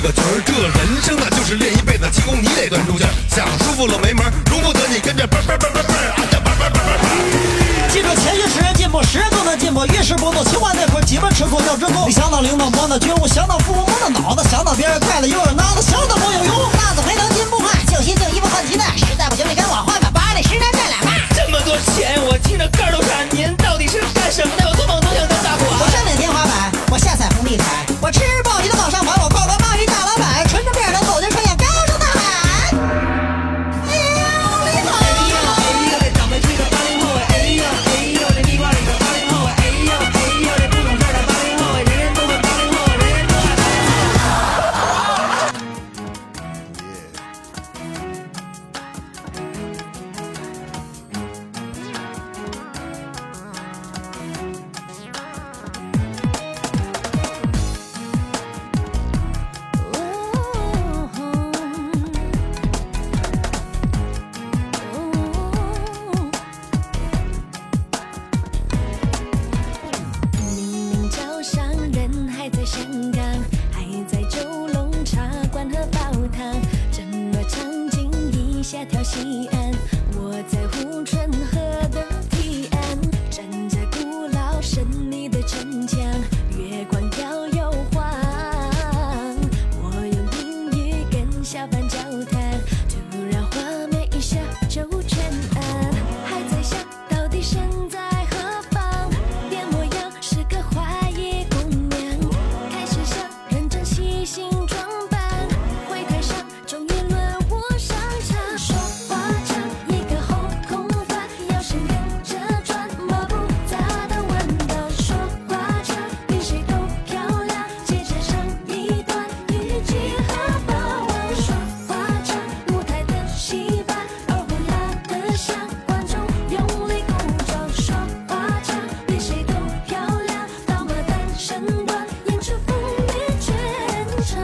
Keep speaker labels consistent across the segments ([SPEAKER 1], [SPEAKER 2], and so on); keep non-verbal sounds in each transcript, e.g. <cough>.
[SPEAKER 1] 个局儿，这人生啊就是练一辈子，轻功你得端出劲儿，想舒服了没门儿，容不得你跟着嘣嘣嘣嘣嘣啊这嘣嘣嘣嘣嘣。
[SPEAKER 2] 哎
[SPEAKER 3] 记住前些时间进步，时间都能进步，遇事不怒，勤快那会儿急慢吃苦要知足。你想当领导摸脑军务，想当富翁摸脑脑子，想当别人盖了又是脑子，想当没有用，
[SPEAKER 2] 老子没能进步啊，就新就衣服换皮带，实在不行你跟我换吧，把你实在再来吧。
[SPEAKER 4] 这么多钱，我听着肝儿都馋。您到底是干什么的？我做梦都想当大
[SPEAKER 2] 我
[SPEAKER 4] 款。
[SPEAKER 2] 上顶天花板，我下踩红地毯，我吃鲍鱼的早上盘，我跨过鲍鱼大老板，纯着面能走进双眼，高声大喊。哎呦你好
[SPEAKER 4] 哎呦，这倒霉催的八零后哎！哎呦，哎呦，这地瓜里的八零后哎！哎呦，哎呦，这不懂事儿的八零后哎！人人都是八零后，人人都爱八零后。
[SPEAKER 5] 明明早上人还在香港，还在九龙茶馆喝煲汤，整个场景一下跳西安，我在护城河的堤岸，站在古老神秘的城墙，月光摇又晃，我用英语跟小贩交谈，突然画面一下就全暗，还在想到底身在何方，变模样是个花衣姑娘，开始想认真细心装扮，会台上终于轮我上场，说话长一个后空翻，腰身跟着转，马步踏的弯道，说话长比谁都漂亮，接着上一段，虞姬和霸王，说话长，舞台的戏班，二胡拉得响，观众用力鼓掌，说话长比谁都漂亮，刀马旦身段，演出风靡全场。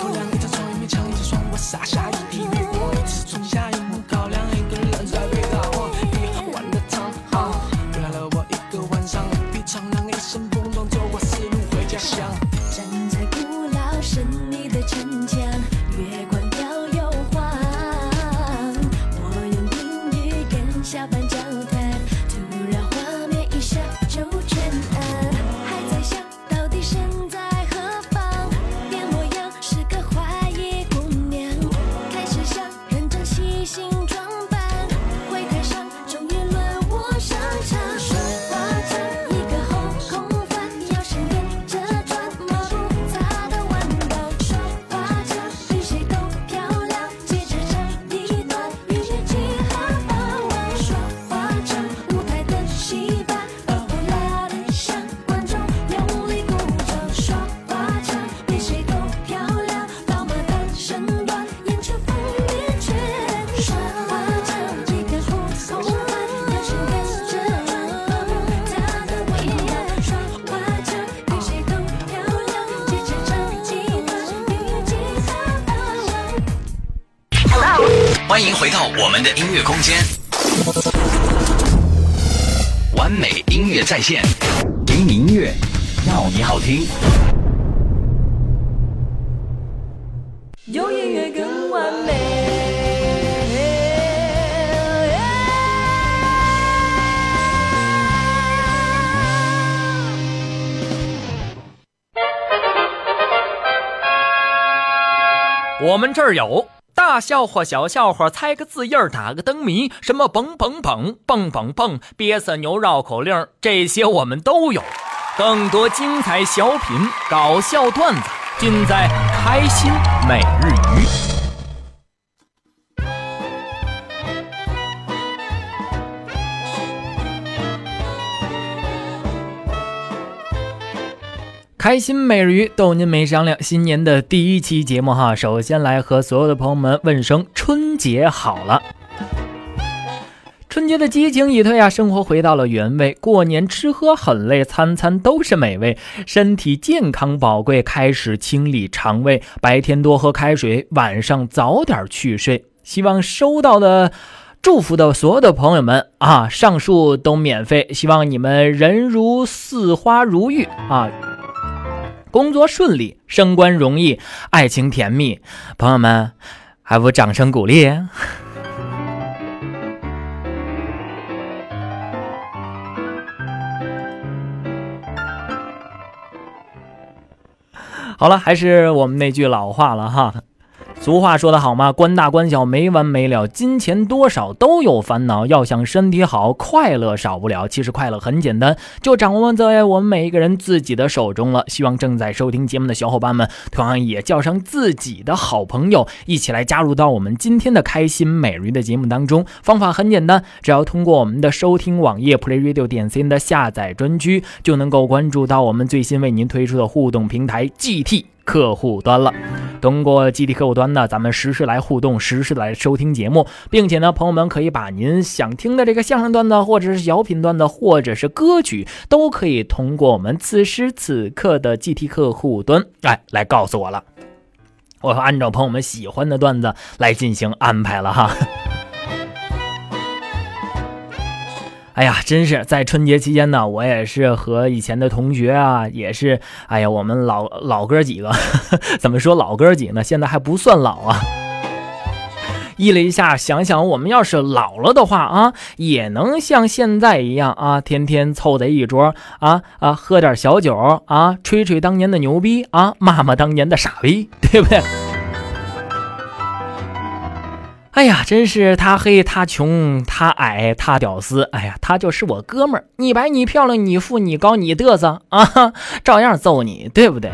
[SPEAKER 4] 不然一张双眼皮，强一张双我傻傻一屁屁股，一直冲下一幕，高粱一个人在被打晃，一晚的汤啊，原来了我一个晚上，比常人一身风霜，走过丝路回家乡。
[SPEAKER 5] 站在古老神秘的城墙，月光摇又晃。我用英语跟小贩交谈，突然画面一下就全暗，还在想到底身在何方，变模样是个花衣姑娘，开始想认真细心装扮，会台上终于轮我上场，说话长一个后空翻，腰身跟着转，马步踏的弯道，说话长比谁都漂亮，接着唱一段，虞姬和霸王，说话长，舞台的戏班，二胡拉得响，观众用力鼓掌，说话长比谁都漂亮，刀马旦身段，演出风靡全场，花长一个后空翻，腰身跟着转，马步踏的弯道，说话长比谁都漂亮，接着唱一段，虞姬和霸王。
[SPEAKER 6] 欢迎回到我们的音乐空间，完美音乐在线，听音乐，要你好听。
[SPEAKER 7] 有音乐更完美。
[SPEAKER 8] 我们这儿有大笑话、小笑话，猜个字印儿，打个灯谜，什么蹦蹦蹦、蹦蹦蹦、憋死牛绕口令儿，这些我们都有。更多精彩小品、搞笑段子，尽在开心每日鱼。开心每日鱼逗您没商量，新年的第一期节目哈，首先来和所有的朋友们问声春节好了。春节的激情已退啊，生活回到了原位。过年吃喝很累，餐餐都是美味，身体健康宝贵，开始清理肠胃。白天多喝开水，晚上早点去睡。希望收到的祝福的所有的朋友们啊，上述都免费。希望你们人如似花如玉啊，工作顺利，升官容易，爱情甜蜜。朋友们，还不掌声鼓励？好了，还是我们那句老话了哈。俗话说得好嘛，官大官小没完没了，金钱多少都有烦恼。要想身体好，快乐少不了。其实快乐很简单，就掌握在我们每一个人自己的手中了。希望正在收听节目的小伙伴们，同样也叫上自己的好朋友，一起来加入到我们今天的开心每日的节目当中。方法很简单，只要通过我们的收听网页 playradio 点 cn 的下载专区，就能够关注到我们最新为您推出的互动平台 GT 客户端了。通过 GT 客户端呢，咱们实时来互动，实时来收听节目，并且呢，朋友们可以把您想听的这个相声段子，或者是小品段子，或者是歌曲，都可以通过我们此时此刻的 GT 客户端，哎，来告诉我了，我按照朋友们喜欢的段子来进行安排了哈。 <laughs> 哎呀，真是在春节期间呢，我也是和以前的同学啊，也是，哎呀，我们老老哥几个， <laughs> 怎么说老哥几呢？现在还不算老啊。忆了一下，想想我们要是老了的话啊，也能像现在一样啊，天天凑在一桌啊啊，喝点小酒啊，吹吹当年的牛逼啊，骂骂当年的傻逼， <laughs> 对不对？哎呀，真是他黑他穷他矮他屌丝，哎呀，他就是我哥们儿。你白你漂亮你富你高你嘚瑟啊，照样揍你，对不对？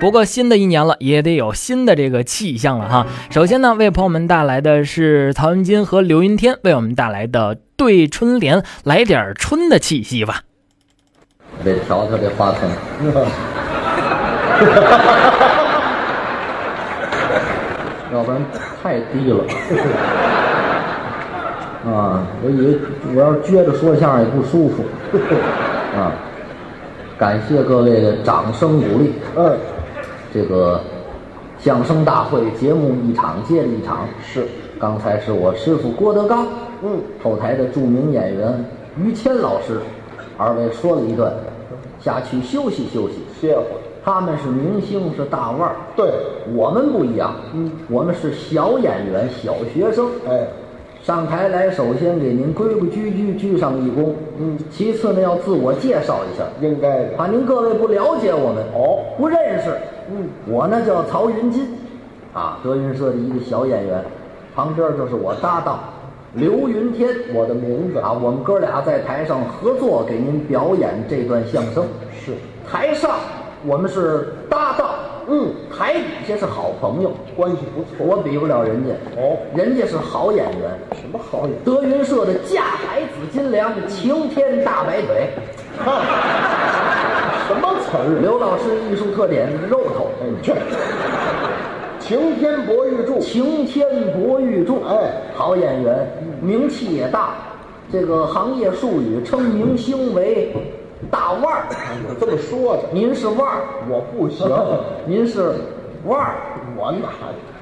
[SPEAKER 8] 不过新的一年了，也得有新的这个气象了哈。首先呢，为朋友们带来的是曹云金和刘云天为我们带来的《对春联》，来点春的气息吧。
[SPEAKER 9] 得调调这话筒。要不然太低了。啊，我以为我要撅着说相声也不舒服。啊，感谢各位的掌声鼓励。嗯，这个相声大会节目一场接着一场。是，刚才是我师傅郭德纲，嗯，后台的著名演员于谦老师，二位说了一段，下去休息休息。
[SPEAKER 10] 谢会。
[SPEAKER 9] 他们是明星，是大腕儿。
[SPEAKER 10] 对，
[SPEAKER 9] 我们不一样，
[SPEAKER 10] 嗯，
[SPEAKER 9] 我们是小演员、小学生。
[SPEAKER 10] 哎，
[SPEAKER 9] 上台来，首先给您规规矩矩鞠上一躬，
[SPEAKER 10] 嗯，
[SPEAKER 9] 其次呢要自我介绍一下，
[SPEAKER 10] 应该的。
[SPEAKER 9] 怕您各位不了解我们，
[SPEAKER 10] 哦
[SPEAKER 9] 不认识，
[SPEAKER 10] 嗯，
[SPEAKER 9] 我呢叫曹云金，啊，德云社的一个小演员，旁边就是我搭档刘云天，
[SPEAKER 10] 我的名字
[SPEAKER 9] 啊，我们哥俩在台上合作给您表演这段相声。
[SPEAKER 10] 是
[SPEAKER 9] 台上我们是搭档，嗯，台底下是好朋友，
[SPEAKER 10] 关系不错。
[SPEAKER 9] 我比不了人家。
[SPEAKER 10] 哦
[SPEAKER 9] 人家是好演员，
[SPEAKER 10] 什么好演？嗯
[SPEAKER 9] 德云社的架海紫金梁，晴天大白腿。
[SPEAKER 10] 什么词儿啊？
[SPEAKER 9] 刘老师艺术特点是肉头，
[SPEAKER 10] 哎，你去。晴天博玉柱，
[SPEAKER 9] 晴天博玉柱，
[SPEAKER 10] 哎
[SPEAKER 9] 好演员，
[SPEAKER 10] 嗯
[SPEAKER 9] 名气也大。这个行业术语称明星为大腕儿，
[SPEAKER 10] 有哎这么说着，
[SPEAKER 9] 您是腕儿，
[SPEAKER 10] 我不行。
[SPEAKER 9] <laughs> 您是腕儿，
[SPEAKER 10] 我哪？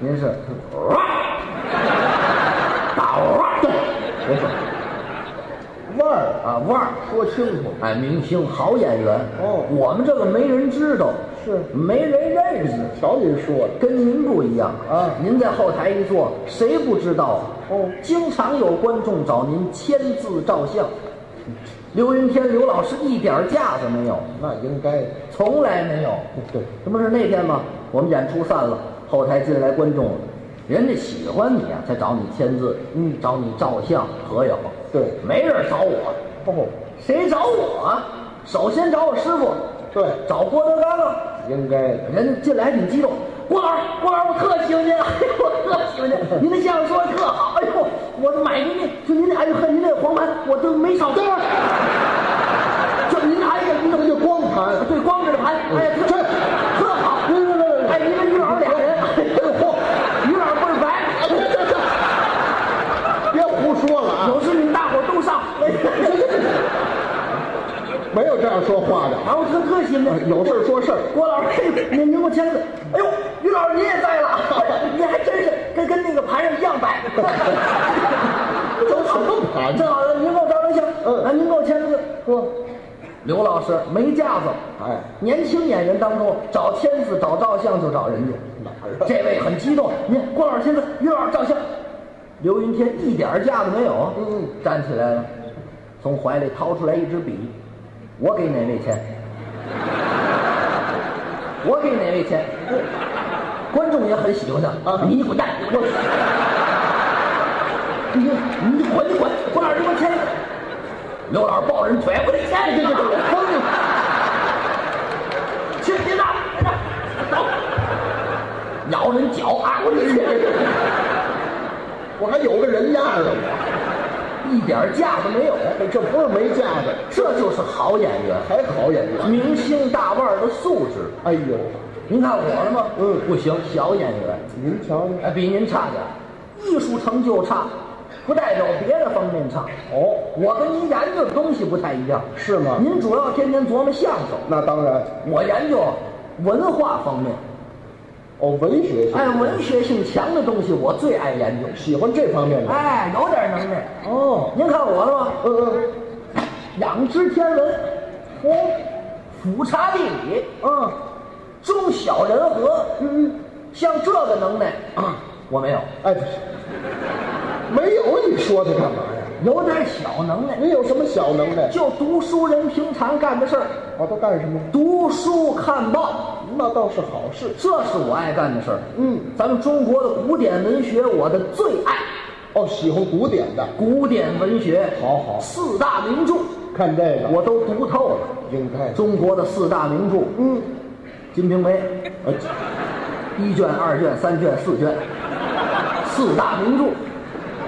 [SPEAKER 9] 您是腕儿，大腕儿，
[SPEAKER 10] 不是腕儿，
[SPEAKER 9] 啊腕儿。
[SPEAKER 10] 说清楚。
[SPEAKER 9] 哎，明星好演员
[SPEAKER 10] 哦
[SPEAKER 9] 我们这个没人知道，
[SPEAKER 10] 是
[SPEAKER 9] 没人认识，
[SPEAKER 10] 瞧您说的，
[SPEAKER 9] 跟您不一样
[SPEAKER 10] 啊
[SPEAKER 9] 您在后台一坐，谁不知道？
[SPEAKER 10] 哦
[SPEAKER 9] 经常有观众找您签字照相。刘云天刘老师一点架子没有，
[SPEAKER 10] 那应该的。
[SPEAKER 9] 从来没有。
[SPEAKER 10] 对，
[SPEAKER 9] 这不是那天吗？我们演出散了，后台进来观众了，人家喜欢你啊，才找你签字，
[SPEAKER 10] 嗯
[SPEAKER 9] 找你照相合影。
[SPEAKER 10] 对
[SPEAKER 9] 没人找我，
[SPEAKER 10] 哦，
[SPEAKER 9] 谁找我啊？首先找我师傅，
[SPEAKER 10] 对
[SPEAKER 9] 找郭德纲啊。
[SPEAKER 10] 应该的。
[SPEAKER 9] 人家进来还挺激动，郭老师，郭老师，我特喜欢您，哎 <laughs> 呦，我特喜欢您，
[SPEAKER 10] <laughs>
[SPEAKER 9] 您的相声说的特好，哎呦，我买您那，就您那，哎呦呵，您那黄盘我都没少听，就您那，哎呀，您怎么就光盘？对，光着的盘，哎呀，特特好，哎，您跟于老师俩人，哎呦嚯，于老师倍儿白，哎这这这。
[SPEAKER 11] 没有这样说话的呃
[SPEAKER 9] 啊！我特特心的，
[SPEAKER 11] 有事说事儿。
[SPEAKER 9] 郭老师，您您给我签字。哎呦，于老师您也在了， <laughs> 您还真是跟跟那个盘上一样摆。
[SPEAKER 11] 都什么盘？
[SPEAKER 9] <laughs> 正好您给我照张相，嗯，啊，您给我签个字。说，刘老师没架子，
[SPEAKER 11] 哎，
[SPEAKER 9] 年轻演员当中找签字、找照相就找人家。
[SPEAKER 11] 哪儿啊？
[SPEAKER 9] 这位很激动，您郭老师签字，于老师照相。刘云天一点架子没有，
[SPEAKER 11] 嗯，
[SPEAKER 9] 站起来了，从怀里掏出来一支笔。我给哪位签？我给哪位签？观众也很喜欢他
[SPEAKER 11] 啊！
[SPEAKER 9] 你滚蛋！我，你你滚你滚！郭老师给我签一个。刘老师抱着人腿，我得签一个。
[SPEAKER 11] 疯了！
[SPEAKER 9] 去别闹，别闹，走！咬人脚啊！我得
[SPEAKER 11] 去。我还有个人样呢，我。
[SPEAKER 9] 一点架子没有，
[SPEAKER 11] 哎这不是没架子，
[SPEAKER 9] 这就是好演员，
[SPEAKER 11] 还好演员，
[SPEAKER 9] 明星大腕儿的素质。
[SPEAKER 11] 哎呦，
[SPEAKER 9] 您看我了吗？
[SPEAKER 11] 嗯，
[SPEAKER 9] 不行，小演员。
[SPEAKER 11] 您瞧瞧，
[SPEAKER 9] 哎，比您差点，艺术成就差，不代表别的方面差。
[SPEAKER 11] 哦，
[SPEAKER 9] 我跟您研究的东西不太一样，
[SPEAKER 11] 是吗？
[SPEAKER 9] 您主要天天琢磨相声，
[SPEAKER 11] 那当然，
[SPEAKER 9] 我研究文化方面。
[SPEAKER 11] 哦，文学性
[SPEAKER 9] 哎，文学性强的东西我最爱研究，
[SPEAKER 11] 喜欢这方面的。
[SPEAKER 9] 哎，有点能耐。
[SPEAKER 11] 哦，
[SPEAKER 9] 您看我了吗？
[SPEAKER 11] 嗯嗯，
[SPEAKER 9] 仰知天文，
[SPEAKER 11] 哦，
[SPEAKER 9] 俯察地理，
[SPEAKER 11] 嗯，
[SPEAKER 9] 中小人和，
[SPEAKER 11] 嗯，
[SPEAKER 9] 像这个能耐，我没有。
[SPEAKER 11] 哎，没有，你说他干嘛呀？
[SPEAKER 9] 有点小能耐。
[SPEAKER 11] 你有什么小能耐？
[SPEAKER 9] 就读书人平常干的事儿。
[SPEAKER 11] 我都干什么？
[SPEAKER 9] 读书看报。
[SPEAKER 11] 那倒是好事，
[SPEAKER 9] 这是我爱干的事儿。
[SPEAKER 11] 嗯，
[SPEAKER 9] 咱们中国的古典文学，我的最爱。
[SPEAKER 11] 哦，喜欢古典的，
[SPEAKER 9] 古典文学，
[SPEAKER 11] 好好。
[SPEAKER 9] 四大名著，
[SPEAKER 11] 看这个
[SPEAKER 9] 我都读透了。
[SPEAKER 11] 应该
[SPEAKER 9] 中国的四大名著，
[SPEAKER 11] 嗯，哎
[SPEAKER 9] 《金瓶梅》呃，一卷、二卷、三卷、四卷，四大名著，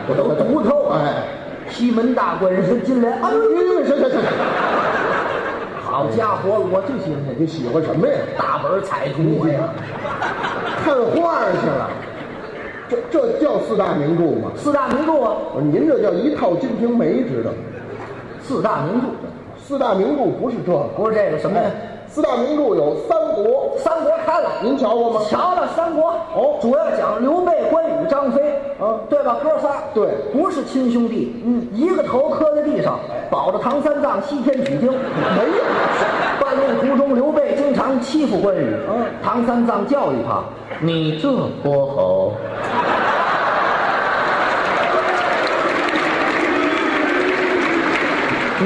[SPEAKER 9] 我都读透了。
[SPEAKER 11] 哎，
[SPEAKER 9] 西门大官人金莲，哎呦，
[SPEAKER 11] 行行行。
[SPEAKER 9] 好家伙，我就喜欢这。
[SPEAKER 11] 你喜欢什么呀？
[SPEAKER 9] 大本彩图啊呀，
[SPEAKER 11] 哎看画去了。这这叫四大名著吗？哦
[SPEAKER 9] 四大名著啊，
[SPEAKER 11] 您这叫一套《金瓶梅》，知道吗？
[SPEAKER 9] 四大名著，
[SPEAKER 11] 四大名著不是这个，
[SPEAKER 9] 不是这个什么呀？
[SPEAKER 11] 四大名著有《三国》，
[SPEAKER 9] 三国看了，
[SPEAKER 11] 您瞧过吗？
[SPEAKER 9] 瞧了《三国》
[SPEAKER 11] 哦，
[SPEAKER 9] 主要讲刘备、关羽、张飞，
[SPEAKER 11] 啊
[SPEAKER 9] 对吧？哥仨，
[SPEAKER 11] 对
[SPEAKER 9] 不是亲兄弟，
[SPEAKER 11] 嗯，哎
[SPEAKER 9] 一个头磕在地上，保着唐三藏西天取经，
[SPEAKER 11] 没有。
[SPEAKER 9] <laughs> 半路途中，刘备经常欺负关羽，
[SPEAKER 11] 嗯
[SPEAKER 9] 唐三藏教育他：“你这泼猴。”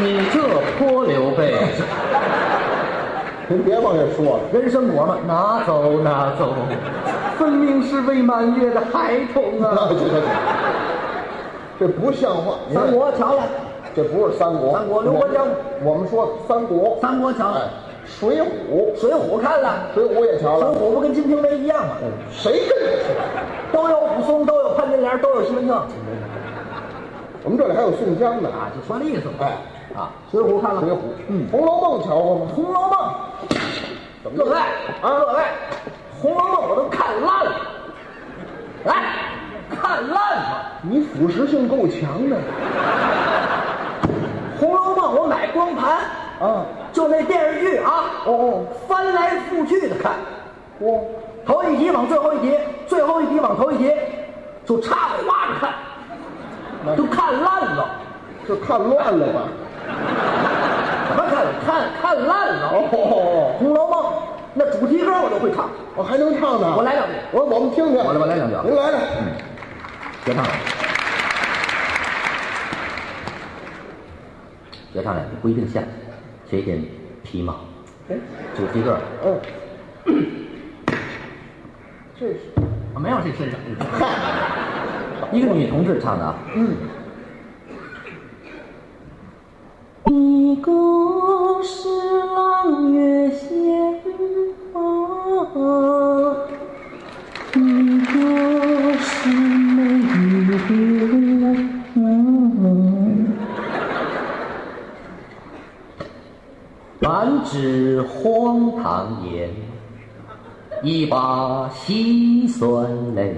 [SPEAKER 9] 你这泼刘备，
[SPEAKER 11] 您 <laughs> 别往下说了，
[SPEAKER 9] 人参果嘛，拿走拿
[SPEAKER 11] <laughs>
[SPEAKER 9] 走，分明是未满月的孩童
[SPEAKER 11] <laughs>
[SPEAKER 9] 啊！
[SPEAKER 11] 行行行，这不像话。您
[SPEAKER 9] 三国瞧了，
[SPEAKER 11] 这不是三国，
[SPEAKER 9] 三国刘关张
[SPEAKER 11] 我们说三国，
[SPEAKER 9] 三国瞧
[SPEAKER 11] 哎
[SPEAKER 9] 了，
[SPEAKER 11] 水浒，
[SPEAKER 9] 水浒看了，
[SPEAKER 11] 水浒也瞧
[SPEAKER 9] 水
[SPEAKER 11] 了，嗯
[SPEAKER 9] 浒不跟金瓶梅一样吗？
[SPEAKER 11] 谁跟你说？
[SPEAKER 9] 都有武松，都有潘金莲，都有西门庆，
[SPEAKER 11] 我们这里还有宋江呢，
[SPEAKER 9] 啊，就说那意思嘛。
[SPEAKER 11] 哎，
[SPEAKER 9] 啊，水浒看了，
[SPEAKER 11] 水浒，
[SPEAKER 9] 嗯，
[SPEAKER 11] 《红楼梦》瞧过吗？
[SPEAKER 9] 《红楼梦》，
[SPEAKER 11] 怎么
[SPEAKER 9] 各
[SPEAKER 11] 样
[SPEAKER 9] 位啊，
[SPEAKER 11] 啊
[SPEAKER 9] 各位，《红楼梦》我都看烂了，来，看烂了。
[SPEAKER 11] 你腐蚀性够强的，
[SPEAKER 9] 《红楼梦》我买光盘
[SPEAKER 11] 啊，
[SPEAKER 9] 就那电视剧啊，
[SPEAKER 11] 哦哦，
[SPEAKER 9] 翻来覆去的看，
[SPEAKER 11] 嚯，
[SPEAKER 9] 头一集往最后一集，最后一集往头一集，就插花着看，都看烂了，
[SPEAKER 11] 这看乱了吧？
[SPEAKER 9] 什么看看看烂了，
[SPEAKER 11] 哦
[SPEAKER 9] 红楼梦》那主题歌我都会唱，
[SPEAKER 11] 我还能唱呢，
[SPEAKER 9] 我来两句
[SPEAKER 11] 我我们听听，
[SPEAKER 9] 我来我来两句嗯
[SPEAKER 11] 您来来，
[SPEAKER 9] 别唱了，别唱了，不一定像，学一点皮毛，
[SPEAKER 11] 哎，
[SPEAKER 9] 主题歌。
[SPEAKER 11] 嗯，这是
[SPEAKER 9] 啊，没有这身上。一个女同志唱的啊。
[SPEAKER 11] 嗯。
[SPEAKER 2] 一个是朗月仙花，一个是美丽的我。
[SPEAKER 9] 满纸荒唐言，一把辛酸泪。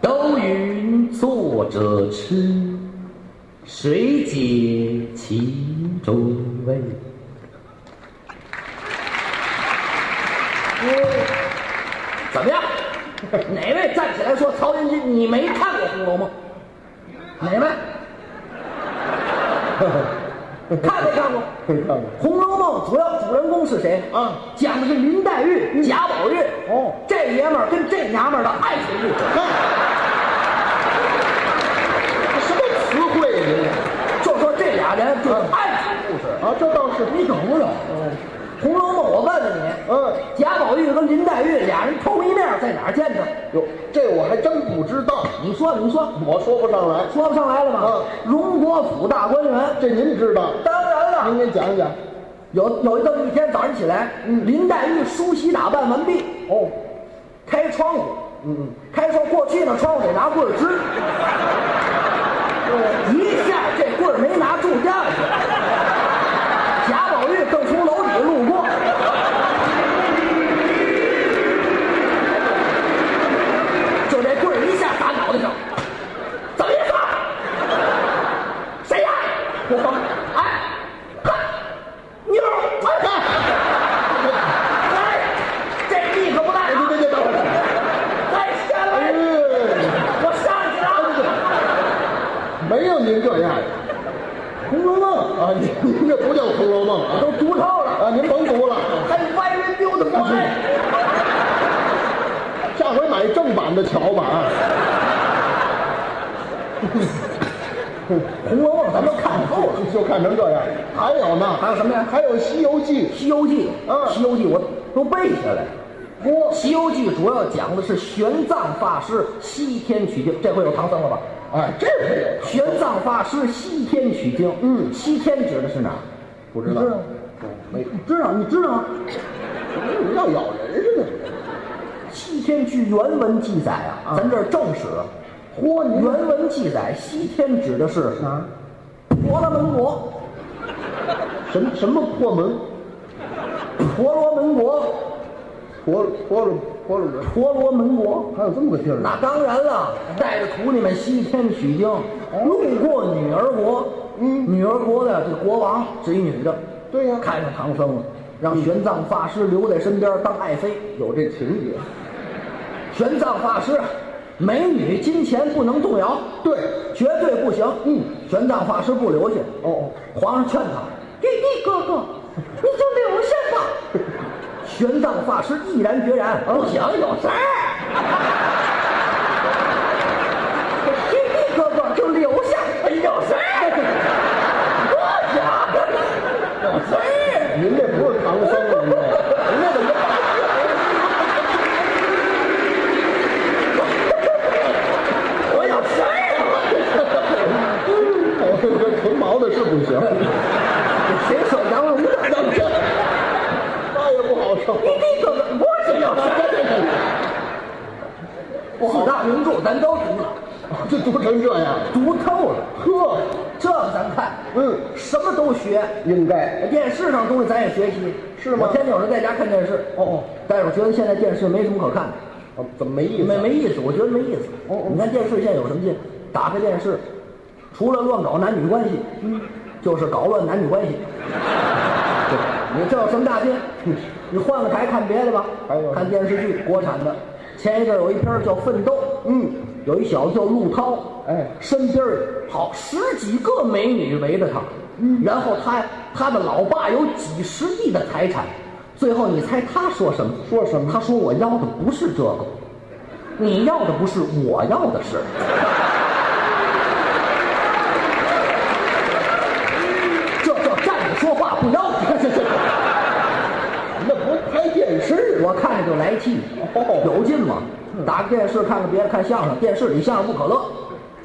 [SPEAKER 9] 都云作者痴，
[SPEAKER 7] 谁解其中味？
[SPEAKER 9] 哎怎么样？哪位站起来说曹云金你没看过《红楼梦》？哪
[SPEAKER 7] <laughs>
[SPEAKER 9] 位？看没看过？
[SPEAKER 11] 没看过。
[SPEAKER 9] 《红楼梦》主要主人公是谁
[SPEAKER 11] 啊？
[SPEAKER 9] 讲的是林黛玉、贾宝玉。
[SPEAKER 11] 哦，
[SPEAKER 9] 这爷们儿跟这娘们儿的爱情故事。
[SPEAKER 11] 什么词汇呀？
[SPEAKER 9] 就说这俩人就是爱情故事。
[SPEAKER 11] 啊，这倒是
[SPEAKER 9] 你懂不懂？《红楼梦》，我问问你，
[SPEAKER 11] 嗯
[SPEAKER 9] 贾宝玉跟林黛玉俩人偷一面在哪儿见的？
[SPEAKER 11] 哟，这我还真不知道，
[SPEAKER 9] 你说，你说，
[SPEAKER 11] 我说不上来。
[SPEAKER 9] 说不上来了吧？
[SPEAKER 11] 嗯
[SPEAKER 9] 荣国府大观园，
[SPEAKER 11] 这您知道？
[SPEAKER 9] 当然了，
[SPEAKER 11] 您给讲讲。
[SPEAKER 9] 有有这么一天早上起来，林黛玉梳洗打扮完毕，
[SPEAKER 11] 哦，
[SPEAKER 9] 开窗户，嗯，开窗过去呢，窗户得拿棍儿支，一下这棍儿没拿住掉下去，贾宝玉正从楼底下路过，就这棍儿一下打脑袋上，怎么意思？谁呀？哎，嗨，妞儿，哎，这力可不大呀！
[SPEAKER 11] 别别别，等会儿，
[SPEAKER 9] 哎，下来，
[SPEAKER 11] 嗯，
[SPEAKER 9] 我上去了。
[SPEAKER 11] 没有您这样的。《红楼梦》啊，您您这不叫《红楼梦》啊，
[SPEAKER 9] 都读透
[SPEAKER 11] 啊，
[SPEAKER 9] 了，
[SPEAKER 11] 您甭读了，
[SPEAKER 9] 还 very beautiful 哎。
[SPEAKER 11] <laughs> 下回买正版的瞧吧啊。
[SPEAKER 9] 《 <laughs> 红楼梦》咱们看透了，《
[SPEAKER 11] 就看成这样。还有呢？
[SPEAKER 9] 还有什么呀
[SPEAKER 11] 还有《西游记
[SPEAKER 9] 西游记》
[SPEAKER 11] 嗯
[SPEAKER 9] 西游记》我都背下来了。《西游记》主要讲的是玄奘法师西天取经，这回有唐僧了吧？》。
[SPEAKER 11] 哎，这回有
[SPEAKER 9] 玄奘法师西天取经，嗯，西天指的是哪儿？
[SPEAKER 11] 不知道
[SPEAKER 9] 你知道吗？
[SPEAKER 11] 没
[SPEAKER 9] 知道，你知道吗？
[SPEAKER 11] 你要咬人似的。
[SPEAKER 9] 西天据原文记载啊，咱这儿正史，嚯，原文记载西天指的是
[SPEAKER 11] 啊，
[SPEAKER 9] 婆罗门国，
[SPEAKER 11] 什么什么破门？
[SPEAKER 9] 婆罗门国，
[SPEAKER 11] 婆婆罗婆罗门？
[SPEAKER 9] 婆罗门国。
[SPEAKER 11] 还有这么个地儿呢？
[SPEAKER 9] 那当然了，带着徒弟们西天取经，路过女儿国，
[SPEAKER 11] 哦嗯
[SPEAKER 9] 女儿国的这国王是一女的，
[SPEAKER 11] 对呀
[SPEAKER 9] 看上唐僧了，让玄奘法师留在身边当爱妃。
[SPEAKER 11] 有这情节。
[SPEAKER 9] 玄奘法师，美女金钱不能动摇，
[SPEAKER 11] 对
[SPEAKER 9] 绝对不行。嗯，玄奘法师不留下，
[SPEAKER 11] 哦哦，
[SPEAKER 9] 皇上劝他，玉帝哥 <laughs> 哥，你就留下吧。玄奘法师毅然决然，
[SPEAKER 11] 嗯
[SPEAKER 9] 不行，有 <laughs> 事儿。玉帝哥哥就留下，哎有 <laughs> 事儿。不行，有事儿。
[SPEAKER 11] 您这不是唐僧了，您这您这怎么？
[SPEAKER 9] 我有事儿。
[SPEAKER 11] 我这 <laughs> 这纯毛的是不行，
[SPEAKER 9] 谁说杨龙的？
[SPEAKER 11] <laughs> 那也不好受。
[SPEAKER 9] 玉帝哥哥，不行，有事儿。
[SPEAKER 11] <laughs> 不好
[SPEAKER 9] 四大名著咱都读了，
[SPEAKER 11] <laughs> 这读成这样，
[SPEAKER 9] 读透了。
[SPEAKER 11] 呵，
[SPEAKER 9] 这个咱看，
[SPEAKER 11] 嗯
[SPEAKER 9] 什么都学。呃
[SPEAKER 11] 应该
[SPEAKER 9] 电视上东西咱也学习，
[SPEAKER 11] 是吗
[SPEAKER 9] 我天天有时候在家看电视，
[SPEAKER 11] 哦哦，
[SPEAKER 9] 但是我觉得现在电视没什么可看
[SPEAKER 11] 啊怎么没意
[SPEAKER 9] 的，
[SPEAKER 11] 思？
[SPEAKER 9] 没没意思，我觉得没意思。
[SPEAKER 11] 哦哦
[SPEAKER 9] 你看电视现在有什么劲？打开电视，除了乱搞男女关系，嗯，就是搞乱男女关系。对你这有什么大劲？ <laughs> 你换个台看别的吧，
[SPEAKER 11] 还有
[SPEAKER 9] 看电视剧，国产的。前一阵儿有一片儿叫《奋斗》，
[SPEAKER 11] 嗯，
[SPEAKER 9] 有一小子叫陆涛，
[SPEAKER 11] 哎
[SPEAKER 9] 身边儿好十几个美女围着他，嗯，然后他他的老爸有几十亿的财产，最后你猜他说什么？
[SPEAKER 11] 说什么
[SPEAKER 9] 他说我要的不是这个，你要的不是，我要的是。这叫站着说话不腰疼。
[SPEAKER 11] 那不是拍电视吗？
[SPEAKER 9] 我看着就来气，
[SPEAKER 11] 哦
[SPEAKER 9] 有劲吗？打开电视看看别的，看相声，电视里相声不可乐。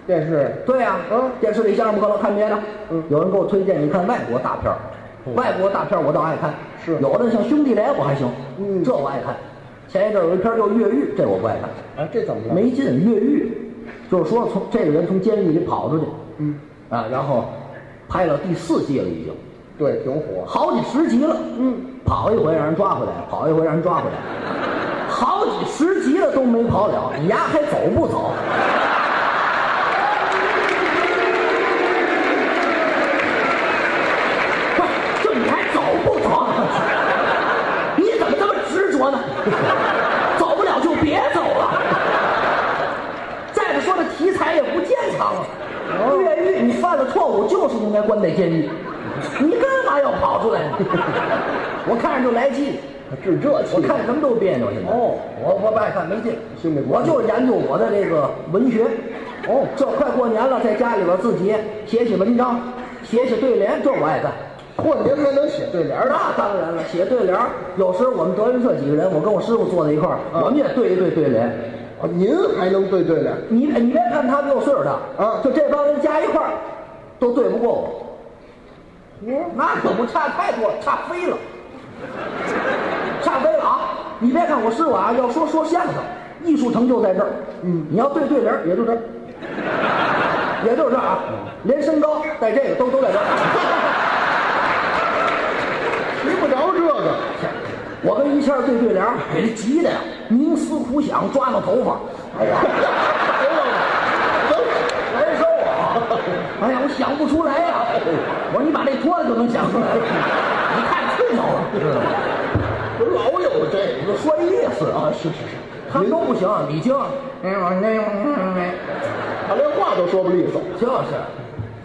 [SPEAKER 11] 电视
[SPEAKER 9] 对呀、
[SPEAKER 11] 嗯
[SPEAKER 9] 电视里相声不可乐，看别的。
[SPEAKER 11] 嗯哦
[SPEAKER 9] 有人给我推荐，你看外国大片儿，外国大片儿我倒爱看。
[SPEAKER 11] 是
[SPEAKER 9] 有的像《兄弟连》我还行，
[SPEAKER 11] 嗯
[SPEAKER 9] 这我爱看。前一阵儿有一片儿叫《越狱》，这我不爱看。
[SPEAKER 11] 啊，这怎么了？
[SPEAKER 9] 没劲，越狱，就是说从这个人从监狱里跑出去，
[SPEAKER 11] 嗯，
[SPEAKER 9] 啊，然后拍了第四季了，已经
[SPEAKER 11] 对，挺火。
[SPEAKER 9] 好几十集了，
[SPEAKER 11] 嗯，
[SPEAKER 9] 跑一回让人抓回来，跑一回让人抓回来，好几十集了都没跑了，你丫还走不走？ <laughs>
[SPEAKER 11] 哦
[SPEAKER 9] 啊狗就是应该关在监狱，你干嘛要跑出来呢？ <laughs> 我看着就来气，
[SPEAKER 11] 治这气
[SPEAKER 9] 我看什么都别扭。现在
[SPEAKER 11] 哦，
[SPEAKER 9] 我我不爱看没劲，
[SPEAKER 11] 兄弟
[SPEAKER 9] 我就是研究我的这个文学。哦，这快过年了，在家里边自己写写文章，写写对联，这我爱干。
[SPEAKER 11] 过年还能写对联儿呢？
[SPEAKER 9] 那当然了，写对联儿。有时候我们德云社几个人，我跟我师傅坐在一块儿，我们也对一对对联。
[SPEAKER 11] 啊您还能对对联？
[SPEAKER 9] 你你别看他比我岁数大，
[SPEAKER 11] 啊
[SPEAKER 9] 就这帮人加一块儿，都对不过我。
[SPEAKER 11] 嗯
[SPEAKER 9] 那可不差太多了，差飞了， <laughs> 差飞了啊！你别看我师傅啊，要说说相声，艺术成就在这儿。嗯，你要对对联儿，也就这儿，也就是这儿啊，连身高带这个都都在这
[SPEAKER 11] <laughs>
[SPEAKER 9] 儿。
[SPEAKER 11] 提不着这个，
[SPEAKER 9] <laughs> 我跟于谦儿对对联儿，给人急的呀，冥思苦想，抓挠头发，
[SPEAKER 11] <laughs>
[SPEAKER 9] 哎呀，哎难受啊！哎呀，我想不出来呀、我说你把这脱了就能想出来，你太刺挠了，
[SPEAKER 11] 我老有这
[SPEAKER 9] 你就说这意思啊。
[SPEAKER 11] 是是是，
[SPEAKER 9] 他们都不行，
[SPEAKER 11] 啊
[SPEAKER 9] 李菁，
[SPEAKER 11] 他连话都说不利索，
[SPEAKER 9] 就是，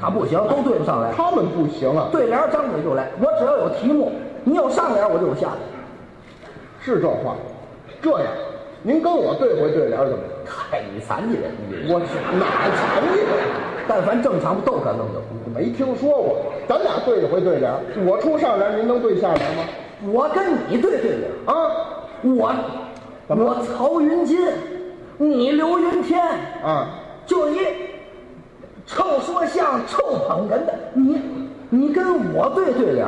[SPEAKER 9] 他不行，都对不上来。
[SPEAKER 11] 他们不行啊，
[SPEAKER 9] 对联儿张嘴就来，我只要有题目，你有上联儿我就有下联儿。
[SPEAKER 11] 是这话。这样，您跟我对回对联儿怎么样？
[SPEAKER 9] 嗨，你残疾人，你
[SPEAKER 11] 我去哪成的？
[SPEAKER 9] 但凡正常不都敢弄就。
[SPEAKER 11] 啊没听说过，咱俩对一回对联儿，我出上联儿，您能对下联儿吗？
[SPEAKER 9] 我跟你对对联，
[SPEAKER 11] 啊
[SPEAKER 9] 我
[SPEAKER 11] 怎么
[SPEAKER 9] 我曹云金，你刘云天，
[SPEAKER 11] 啊，
[SPEAKER 9] 就一臭说相、臭捧哏的，你你跟我对对联，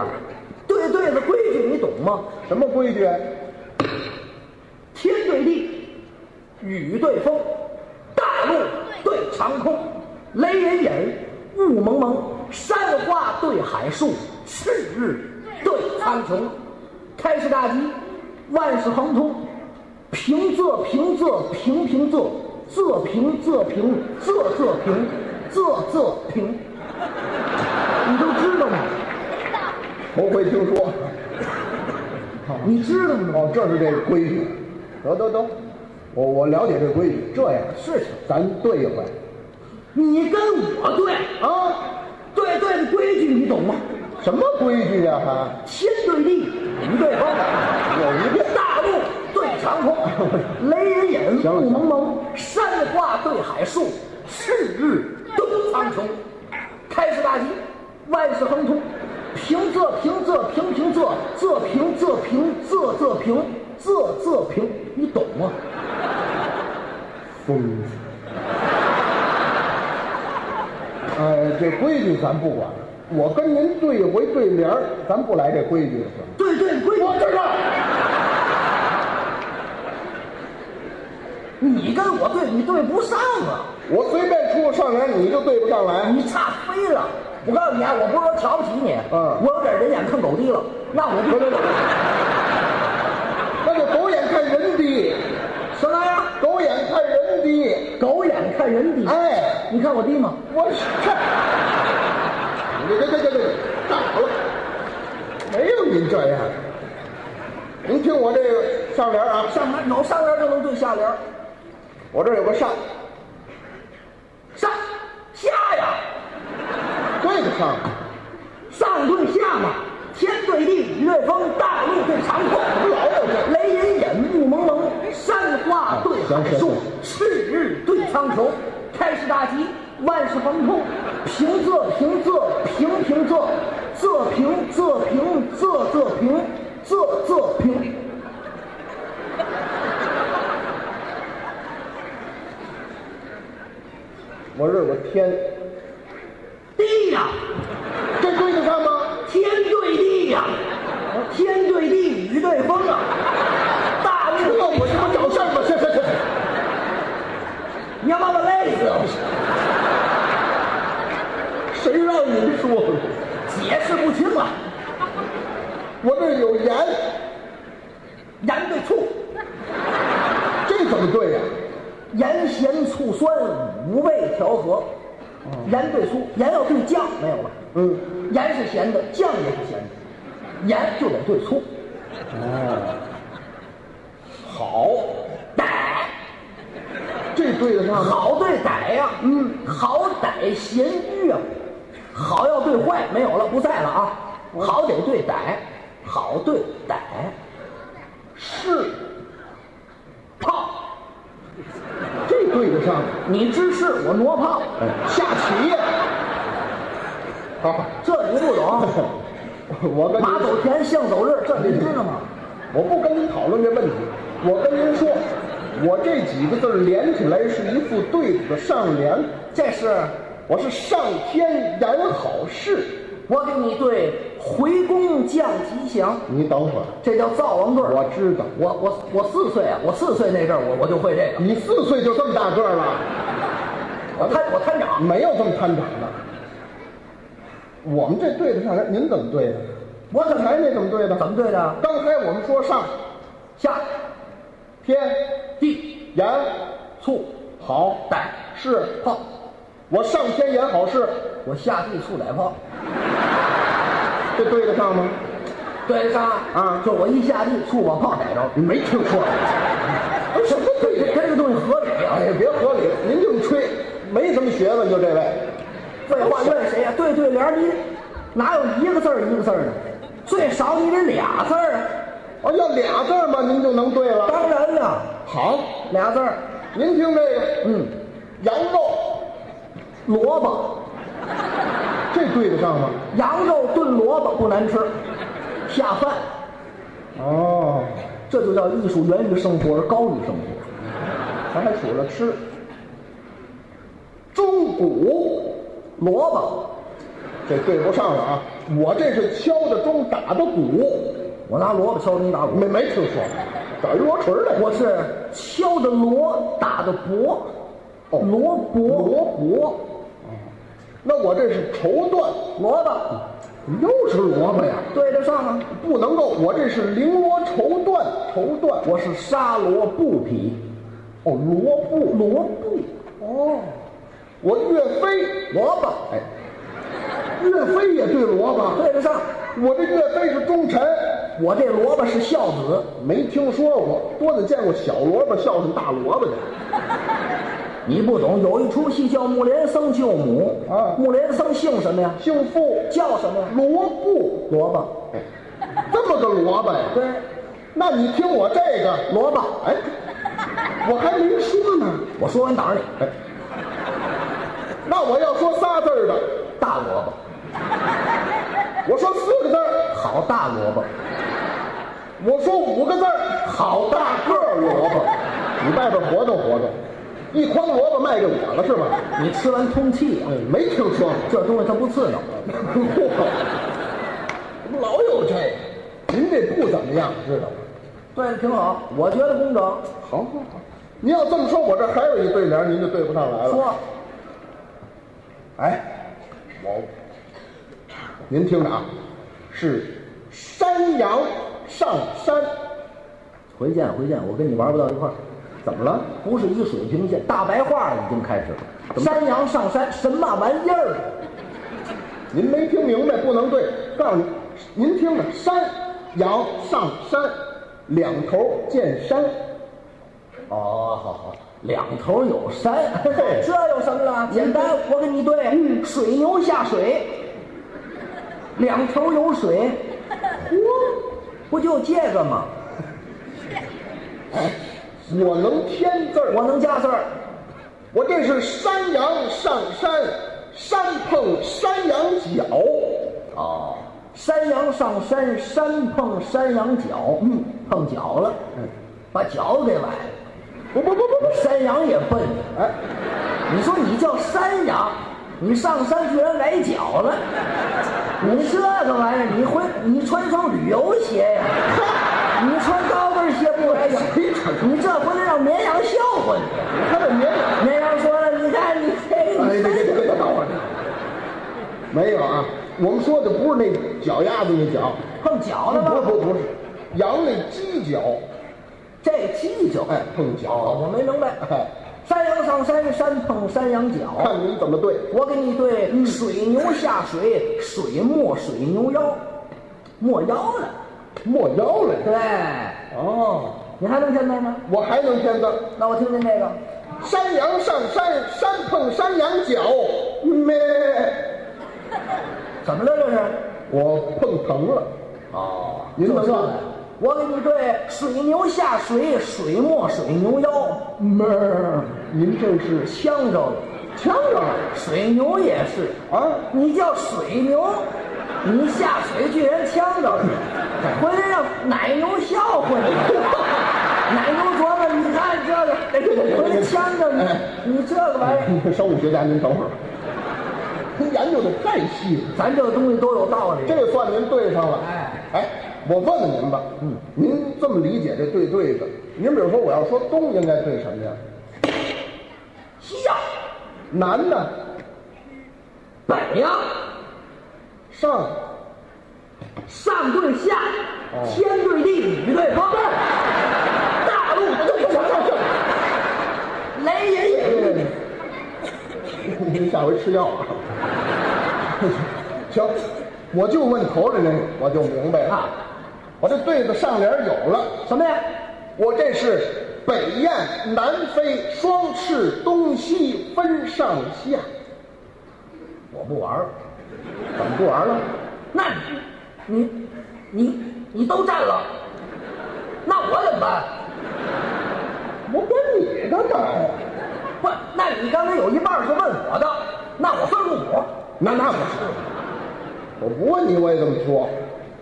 [SPEAKER 9] 对对的规矩你懂吗？
[SPEAKER 11] 什么规矩？啊
[SPEAKER 9] 天对地，雨对风，大陆对长空，雷隐隐，雾蒙蒙，山花对海树，赤日对苍穹，开市大吉，万事亨通，平仄平仄平平仄，仄平仄平仄仄平，仄仄平，你都知道吗？
[SPEAKER 11] 头回听说。啊
[SPEAKER 9] 你知道吗？
[SPEAKER 11] 哦，这是这个规矩。得得得，我我了解这规矩。这样，
[SPEAKER 9] 是情，
[SPEAKER 11] 咱对一回
[SPEAKER 9] 你跟我对，
[SPEAKER 11] 啊？
[SPEAKER 9] 对对的规矩你懂吗？
[SPEAKER 11] 什么规矩呀、还
[SPEAKER 9] 天对地，雨对风，
[SPEAKER 11] 有一遍
[SPEAKER 9] 大陆对长空，雷隐隐，
[SPEAKER 11] 行了
[SPEAKER 9] 雾蒙蒙，山花对海树，赤日对苍穹。开市大吉，万事亨通，平仄平仄平平仄，仄平仄平仄仄平仄仄平，你懂吗？
[SPEAKER 11] 疯子。呃，这规矩咱不管，我跟您对一回对联儿，咱不来这规矩了。
[SPEAKER 9] 对对规矩，我知道。你跟我对，你对不上啊。
[SPEAKER 11] 我随便出个上联，你就对不上来。
[SPEAKER 9] 你差飞了！我告诉你啊，我不是说瞧不起你，
[SPEAKER 11] 嗯
[SPEAKER 9] 我有点人眼看狗低了，那我就
[SPEAKER 11] 那就狗眼看人低，
[SPEAKER 9] 什么玩意儿？
[SPEAKER 11] 狗眼看人低。
[SPEAKER 9] 狗眼看人低，
[SPEAKER 11] 哎，
[SPEAKER 9] 你看我低吗？
[SPEAKER 11] 我是，你这这这这咋了？没有您这样。您听我这个上联啊，
[SPEAKER 9] 上联有上联就能对下联，
[SPEAKER 11] 我这儿有个上，
[SPEAKER 9] 上下呀，
[SPEAKER 11] 对个上，
[SPEAKER 9] 上对下嘛，天对地，雨对风，大陆对长空，
[SPEAKER 11] 老有这
[SPEAKER 9] 雷隐隐，雾蒙蒙，山花对海树，赤日对苍穹，开市大吉，万事亨通，平仄平仄平平仄，仄平仄平仄仄平，仄仄平。
[SPEAKER 11] 我这儿有个天，
[SPEAKER 9] 地呀、
[SPEAKER 11] 这对得上吗？
[SPEAKER 9] 天对地呀、哦天对地，雨对风啊，大
[SPEAKER 11] 这
[SPEAKER 9] 陆
[SPEAKER 11] 我
[SPEAKER 9] 对
[SPEAKER 11] 这不找事儿吗？这这这，
[SPEAKER 9] 你要把我累死了，
[SPEAKER 11] 谁让您说的？
[SPEAKER 9] 解释不清啊了。
[SPEAKER 11] 我这儿有言，
[SPEAKER 9] 盐对醋，
[SPEAKER 11] 这怎么对呀、
[SPEAKER 9] 盐咸醋酸五味调
[SPEAKER 11] 哦
[SPEAKER 9] 和，盐对醋，盐要对酱没有了，
[SPEAKER 11] 嗯，
[SPEAKER 9] 盐是咸的，酱也是咸的，盐就得对醋。哦，好，歹
[SPEAKER 11] 这对得上吗？
[SPEAKER 9] 好对歹呀、嗯，好歹咸鱼啊，好要对坏没有了，不在了啊。
[SPEAKER 11] 哦
[SPEAKER 9] 好得对歹，好对歹，是炮，
[SPEAKER 11] 这对得上。
[SPEAKER 9] 你支事，我挪炮，
[SPEAKER 11] 下棋呀。哎好，
[SPEAKER 9] 这你不懂。啊
[SPEAKER 11] <laughs> 我跟
[SPEAKER 9] 马走田，象走日，这你知道吗？
[SPEAKER 11] <laughs> 我不跟您讨论这问题，我跟您说，我这几个字连起来是一副对子的上联，
[SPEAKER 9] 这是
[SPEAKER 11] 我是上天言好事，
[SPEAKER 9] 我给你对回宫降吉祥。
[SPEAKER 11] 你等会儿，
[SPEAKER 9] 这叫灶王对儿。
[SPEAKER 11] 我知道，
[SPEAKER 9] 我我我四岁啊，我四岁那阵儿我我就会这个。
[SPEAKER 11] 你四岁就这么大个儿了，
[SPEAKER 9] 我摊我摊长，
[SPEAKER 11] 没有这么摊长的。我们这对得上来，您怎么对的？
[SPEAKER 9] 我
[SPEAKER 11] 刚才那怎么对的？
[SPEAKER 9] 怎么对的？
[SPEAKER 11] 刚才我们说上
[SPEAKER 9] 下
[SPEAKER 11] 天
[SPEAKER 9] 地
[SPEAKER 11] 言
[SPEAKER 9] 醋
[SPEAKER 11] 好
[SPEAKER 9] 歹
[SPEAKER 11] 是
[SPEAKER 9] 炮，
[SPEAKER 11] 我上天言好事，
[SPEAKER 9] 我下地醋歹炮，
[SPEAKER 11] 这对得上吗？
[SPEAKER 9] 对得上
[SPEAKER 11] 啊
[SPEAKER 9] 就我一下地醋我炮逮着，
[SPEAKER 11] 你没听说过？ <laughs> 哎什么对
[SPEAKER 9] 这
[SPEAKER 11] 的？
[SPEAKER 9] 这个东西合理啊
[SPEAKER 11] 哎！呀，别合理了，您净吹，没什么学问，就这位。
[SPEAKER 9] 废话，怨谁呀、对对联儿你哪有一个字儿一个字儿的？最少你得俩字儿啊！
[SPEAKER 11] 哦，要俩字儿嘛，您就能对了。
[SPEAKER 9] 当然了，
[SPEAKER 11] 好，
[SPEAKER 9] 俩字儿，
[SPEAKER 11] 您听这个，
[SPEAKER 9] 嗯，
[SPEAKER 11] 羊肉，
[SPEAKER 9] 萝卜，
[SPEAKER 11] 这对得上吗？
[SPEAKER 9] 羊肉炖萝卜不难吃，下饭，
[SPEAKER 11] 哦，
[SPEAKER 9] 这就叫艺术源于生活，而高于生活。
[SPEAKER 11] 咱还数着吃，中骨，
[SPEAKER 9] 萝卜，
[SPEAKER 11] 这对不上了啊！我这是敲的钟，打的鼓，
[SPEAKER 9] 我拿萝卜敲你打鼓，
[SPEAKER 11] 没没听说，找一罗锤儿来。
[SPEAKER 9] 我是敲的锣，打的钹，
[SPEAKER 11] 哦
[SPEAKER 9] 罗卜，
[SPEAKER 11] 罗卜，那我这是绸缎，
[SPEAKER 9] 萝卜，
[SPEAKER 11] 又是萝卜呀！
[SPEAKER 9] 对得上吗？
[SPEAKER 11] 不能够，我这是绫罗绸缎，绸缎，
[SPEAKER 9] 我是沙罗布匹，
[SPEAKER 11] 哦罗布，
[SPEAKER 9] 罗布，
[SPEAKER 11] 哦，我岳飞。
[SPEAKER 9] 萝卜，
[SPEAKER 11] 哎，岳飞也对萝卜，
[SPEAKER 9] 对得上。
[SPEAKER 11] 我这岳飞是忠臣，
[SPEAKER 9] 我这萝卜是孝子，
[SPEAKER 11] 没听说过，多的见过小萝卜孝顺大萝卜的。
[SPEAKER 9] 你不懂。有一出戏叫《木莲僧救母》
[SPEAKER 11] 啊
[SPEAKER 9] 木莲僧姓什么呀？
[SPEAKER 11] 姓傅
[SPEAKER 9] 叫什么呀？
[SPEAKER 11] 萝卜，
[SPEAKER 9] 萝卜，
[SPEAKER 11] 这么个萝卜呀？
[SPEAKER 9] 对，
[SPEAKER 11] 那你听我这个，
[SPEAKER 9] 萝卜。
[SPEAKER 11] 哎，我还没说呢。
[SPEAKER 9] 我说完打你，
[SPEAKER 11] 哎，那我要说仨字儿的，
[SPEAKER 9] 大萝卜，
[SPEAKER 11] 我说四个字儿，
[SPEAKER 9] 好大萝卜，
[SPEAKER 11] 我说五个字儿，好大个儿萝卜。你外边活动活动，一筐萝卜卖给我了是吧？
[SPEAKER 9] 你吃完通气啊！
[SPEAKER 11] 嗯，没听说过。
[SPEAKER 9] 这东西它不刺挠。
[SPEAKER 11] 嚯， <laughs> 老有这个，您这不怎么样，知道吗？
[SPEAKER 9] 对，挺好，我觉得工整。
[SPEAKER 11] 好，好，好。您要这么说，我这还有一对联，您就对不上来了。
[SPEAKER 9] 说，
[SPEAKER 11] 哎，我，您听着啊，是山羊上山，
[SPEAKER 9] 回见回见，我跟你玩不到一块儿。
[SPEAKER 11] 怎么了？
[SPEAKER 9] 不是一水平线，大白话已经开始了。山羊上山，什么玩意儿？
[SPEAKER 11] 您没听明白，不能对。告诉您，您听着，山羊上山，两头见山。
[SPEAKER 9] 哦，好好，两头有山，
[SPEAKER 11] <laughs> 嘿
[SPEAKER 9] 这有什么嗯了？简单，我给你对，水牛下水，两头
[SPEAKER 11] <laughs>
[SPEAKER 9] 有水，嚯，不就这个吗？哎
[SPEAKER 11] 我能添字儿，
[SPEAKER 9] 我能加字儿，
[SPEAKER 11] 我这是山羊上山，山碰山羊角。
[SPEAKER 9] 哦，山羊上山，山碰山羊角，嗯，碰脚了，嗯，把脚给崴了，
[SPEAKER 11] 不不不不不，
[SPEAKER 9] 山羊也笨，
[SPEAKER 11] 哎，
[SPEAKER 9] 你说你叫山羊，你上山居然崴脚了，你这个玩意儿，你回你穿双旅游鞋
[SPEAKER 11] <laughs>
[SPEAKER 9] 呀？你穿高跟鞋不崴脚？你这回来让绵羊笑话你。
[SPEAKER 11] 他这绵羊，
[SPEAKER 9] 绵羊说了，你看你这个，
[SPEAKER 11] 哎，
[SPEAKER 9] 你
[SPEAKER 11] 这这这这等会儿，没有啊，我们说的不是那脚丫子那脚，嗯
[SPEAKER 9] 碰脚了
[SPEAKER 11] 不是
[SPEAKER 9] 吗？
[SPEAKER 11] 不是不是，羊那犄角，
[SPEAKER 9] 这犄角，
[SPEAKER 11] 哎，碰角，
[SPEAKER 9] 哦，我没明白。
[SPEAKER 11] 哎，
[SPEAKER 9] 山羊上山，山碰山羊角。
[SPEAKER 11] 看你怎么对。嗯
[SPEAKER 9] 我给你对，水牛下水，水没水牛腰，没腰了。
[SPEAKER 11] 没腰了。
[SPEAKER 9] 对，
[SPEAKER 11] 哦，
[SPEAKER 9] 你还能见到吗？
[SPEAKER 11] 我还能添字儿，
[SPEAKER 9] 那我听听这个，
[SPEAKER 11] 山羊上山，山碰山羊角，咩。
[SPEAKER 9] 怎么了这是？
[SPEAKER 11] 我碰疼了。
[SPEAKER 9] 哦，
[SPEAKER 11] 您能
[SPEAKER 9] 这
[SPEAKER 11] 干？
[SPEAKER 9] 我给你对哎水牛下水，水没水牛腰，
[SPEAKER 11] 妹儿，您这是
[SPEAKER 9] 呛着了。
[SPEAKER 11] 呛着了
[SPEAKER 9] 水牛也是
[SPEAKER 11] 啊
[SPEAKER 9] 你叫水牛，你下水居然呛着了，回来让奶牛笑话 <laughs> 你。奶牛琢磨，你看这个，
[SPEAKER 11] 哎对
[SPEAKER 9] <laughs>
[SPEAKER 11] 对对
[SPEAKER 9] 回来呛着
[SPEAKER 11] 哎
[SPEAKER 9] 你，你这个玩意儿，
[SPEAKER 11] 生物学家，您等会儿，您研究的太细了，
[SPEAKER 9] 咱这个东西都有道理。
[SPEAKER 11] 这算您对上了。
[SPEAKER 9] 哎
[SPEAKER 11] 哎，我问问您吧，嗯，您这么理解这对对的，您比如说我要说东应该对什么呀？
[SPEAKER 9] 西呀，
[SPEAKER 11] 南呢？
[SPEAKER 9] 北呀，
[SPEAKER 11] 上哦
[SPEAKER 9] 上对下，天对地，雨对风，大陆对长空，
[SPEAKER 11] 哎
[SPEAKER 9] 雷人也对。
[SPEAKER 11] 您下回吃药啊。 <laughs> 行，我就问头里那个，我就明白了。
[SPEAKER 9] 啊
[SPEAKER 11] 我这对子上联有了，
[SPEAKER 9] 什么呀？
[SPEAKER 11] 我这是北雁南飞，双翅东西分上下。
[SPEAKER 9] 我不玩了。
[SPEAKER 11] 怎么不玩了？
[SPEAKER 9] 那你，你，你，你都占了，那我怎么办？
[SPEAKER 11] 我管你干嘛呀？
[SPEAKER 9] 不，那你刚才有一半是问我的，那我算入股。
[SPEAKER 11] 那那不是，我不问你我也这么说。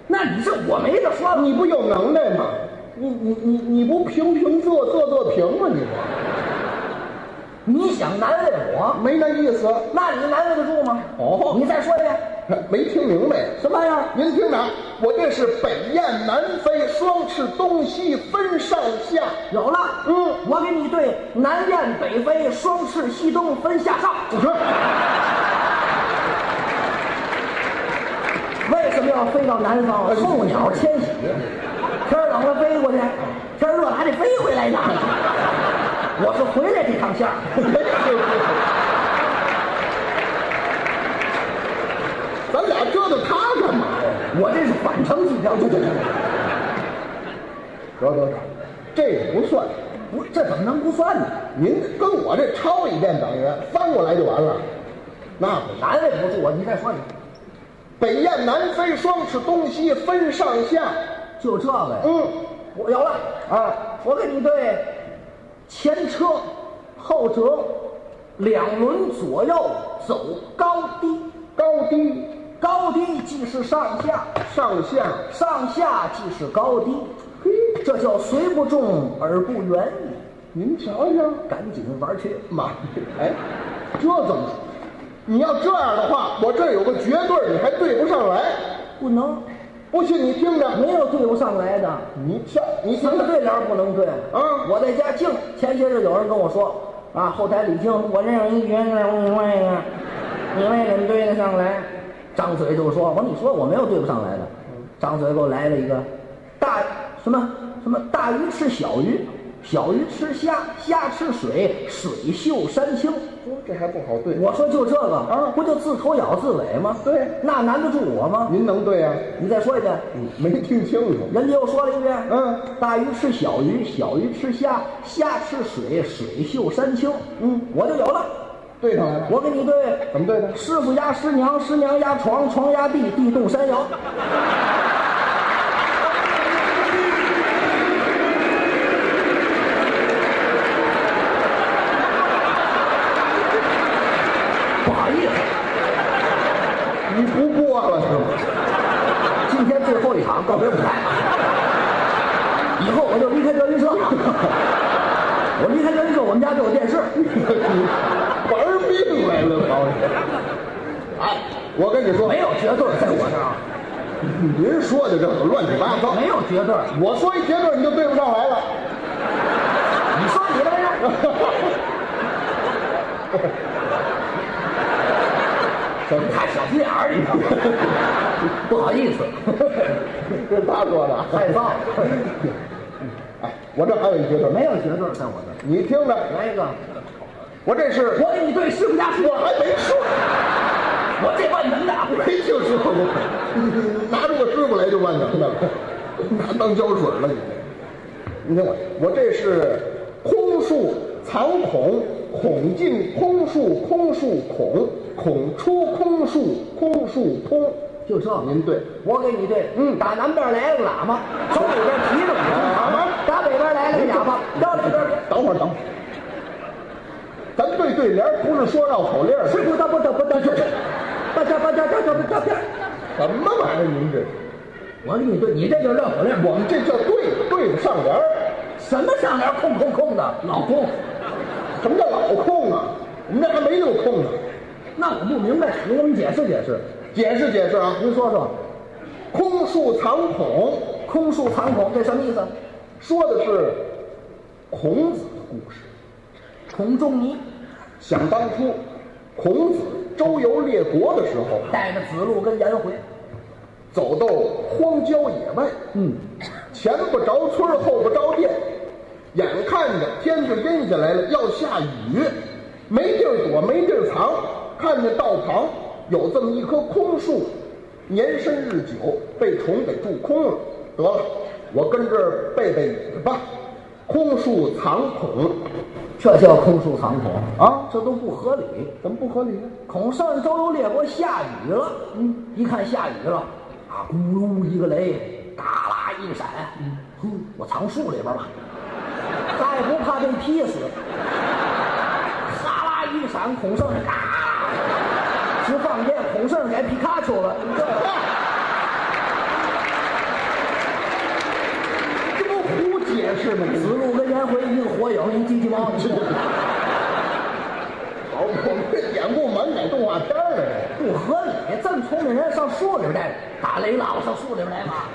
[SPEAKER 9] 那你这我没得说了。
[SPEAKER 11] 你不有能耐吗？你你你你不平平仄仄仄平吗？你
[SPEAKER 9] 你想难为我
[SPEAKER 11] 不，没那意思，
[SPEAKER 9] 那你难为得住吗？
[SPEAKER 11] 哦
[SPEAKER 9] 你再说一遍，
[SPEAKER 11] 没听明白。
[SPEAKER 9] 什么玩意儿？
[SPEAKER 11] 您听着啊，我这是北雁南飞，双翅东西分上下。
[SPEAKER 9] 有了，
[SPEAKER 11] 嗯
[SPEAKER 9] 我给你对南雁北飞，双翅西东分下上。
[SPEAKER 11] 你说
[SPEAKER 9] 为什么要飞到南方？候鸟迁徙，
[SPEAKER 11] 嗯
[SPEAKER 9] 天儿冷了飞过去，天儿热了还得飞回来呢。我是回来这趟线儿
[SPEAKER 11] <laughs> 咱俩折腾他干嘛呀？
[SPEAKER 9] 我这是返程机票。对对对，
[SPEAKER 11] 得得得，这也不算。
[SPEAKER 9] 不，这怎么能不算呢？
[SPEAKER 11] 您跟我这抄一遍等于翻过来就完了。那不是，啊
[SPEAKER 9] 难为不住我，你再说你，
[SPEAKER 11] 北雁南飞，双翅东西分上下。
[SPEAKER 9] 就这个呀。
[SPEAKER 11] 嗯，
[SPEAKER 9] 我有了啊！我给你对前车后辙，两轮左右走高低，
[SPEAKER 11] 高低
[SPEAKER 9] 高低即是上下，
[SPEAKER 11] 上下，
[SPEAKER 9] 上下即是高低。
[SPEAKER 11] 嘿，
[SPEAKER 9] 这叫虽不中而不远矣，
[SPEAKER 11] 您瞧瞧，
[SPEAKER 9] 赶紧玩去！
[SPEAKER 11] 妈，哎，这怎么？你要这样的话，我这儿有个绝对儿，你还对不上来。
[SPEAKER 9] 不能，
[SPEAKER 11] 不信你听着，
[SPEAKER 9] 没有对不上来的，
[SPEAKER 11] 你瞧，你
[SPEAKER 9] 什
[SPEAKER 11] 听
[SPEAKER 9] 么
[SPEAKER 11] 着，
[SPEAKER 9] 对联儿不能对
[SPEAKER 11] 啊
[SPEAKER 9] 我在家静，前些日有人跟我说啊，后台李静，我这有一绝对儿，你问一个，你为什么对得上来？张嘴就说，我说你说我没有对不上来的，张嘴给我来了一个大什么什么大鱼吃小鱼，小鱼吃虾，虾吃水，水秀山清。
[SPEAKER 11] 哦这还不好对。
[SPEAKER 9] 我说就这个
[SPEAKER 11] 啊
[SPEAKER 9] 不就自头咬自尾吗？
[SPEAKER 11] 对
[SPEAKER 9] 那难得住我吗？
[SPEAKER 11] 您能对呀、啊嗯
[SPEAKER 9] 你再说一遍，
[SPEAKER 11] 没听清楚。
[SPEAKER 9] 人家又说了一遍，
[SPEAKER 11] 嗯，
[SPEAKER 9] 大鱼吃小鱼，小鱼吃虾，虾吃水，水秀山清。
[SPEAKER 11] 嗯，
[SPEAKER 9] 我就有了，
[SPEAKER 11] 对上来了。
[SPEAKER 9] 我给你对，
[SPEAKER 11] 怎么对的？
[SPEAKER 9] 师傅压师娘，师娘压床，床压地，地动山摇。不好意思，
[SPEAKER 11] 你不播了是吗？
[SPEAKER 9] 今天最后一场告别舞台，以后我就离开德云社 <laughs> 了。我离开德云社，我们家就有电视。 <laughs>
[SPEAKER 11] 玩命来了，老师。哎，我跟你说，
[SPEAKER 9] 没有绝对在我这儿，
[SPEAKER 11] 您说的这个乱七八糟。
[SPEAKER 9] 没有绝对。
[SPEAKER 11] 我说一结论你就对不上来了。
[SPEAKER 9] 你说你的没事，
[SPEAKER 11] 这
[SPEAKER 9] 你还小心眼儿，你知道吗？不好
[SPEAKER 11] <laughs>
[SPEAKER 9] 意思，
[SPEAKER 11] 这是他说的。
[SPEAKER 9] 太棒了，
[SPEAKER 11] <laughs> 哎，我这还有一结论，
[SPEAKER 9] 没有绝对在我这儿。
[SPEAKER 11] 你听着，
[SPEAKER 9] 来一个，
[SPEAKER 11] 我这是
[SPEAKER 9] 我给你对师傅家说，
[SPEAKER 11] 我还没说，
[SPEAKER 9] 我这万能的，啊
[SPEAKER 11] 没听说过， <laughs> 拿出个师傅来就万能的了，拿当胶水了你。你看我，我这是空树藏孔，孔进空树，空树孔，孔出空树，空树空。
[SPEAKER 9] 就这，
[SPEAKER 11] 您对，
[SPEAKER 9] 我给你对，嗯，打南边来了个喇嘛，从北边提着个喇嘛，打北边来了个哑巴，到这边
[SPEAKER 11] 啊
[SPEAKER 9] 儿
[SPEAKER 11] 等会儿等会儿，咱对对联儿不是说绕口令儿，
[SPEAKER 9] 是不得不得不得不得，大家大家大家大家，
[SPEAKER 11] 什么玩意儿？您这，
[SPEAKER 9] 我给你对，你这就是绕口令，
[SPEAKER 11] 我们这叫对对的上联儿。
[SPEAKER 9] 什么上联空空空的，老公，
[SPEAKER 11] 什么叫老空啊？我们这还没那么空呢。
[SPEAKER 9] 那我不明白，你给我们解释解释，
[SPEAKER 11] 解释解释啊，
[SPEAKER 9] 您说说，
[SPEAKER 11] 空树藏孔，
[SPEAKER 9] 空树藏孔这什么意思？
[SPEAKER 11] 说的是孔子的故事。
[SPEAKER 9] 孔仲尼
[SPEAKER 11] 想当初，孔子周游列国的时候，
[SPEAKER 9] 带着子路跟颜回，
[SPEAKER 11] 走到荒郊野外，
[SPEAKER 9] 嗯，
[SPEAKER 11] 前不着村儿后不着店，眼看着天就阴下来了，要下雨，没地儿躲，没地儿藏。看见道旁有这么一棵空树，年深日久被虫给蛀空了。得了，我跟这儿背背雨吧。空树藏孔，
[SPEAKER 9] 这叫空树藏孔
[SPEAKER 11] 啊
[SPEAKER 9] 这都不合理。
[SPEAKER 11] 怎么不合理呢？
[SPEAKER 9] 孔圣周游列国，下雨了，嗯，一看下雨了，啊，咕噜一个雷，嘎啦一闪，哼，我藏树里边吧，再不怕被劈死。哈啦一闪，孔圣嘎，直放电，孔圣改皮卡丘了，
[SPEAKER 11] 这不胡解释吗？
[SPEAKER 9] 子路跟颜回一个火影，一机器猫，你说
[SPEAKER 11] 好，我们这演过满改动画片儿了。
[SPEAKER 9] 不合理，这么聪明人上树里边待着，打雷了，我上树里边来吧，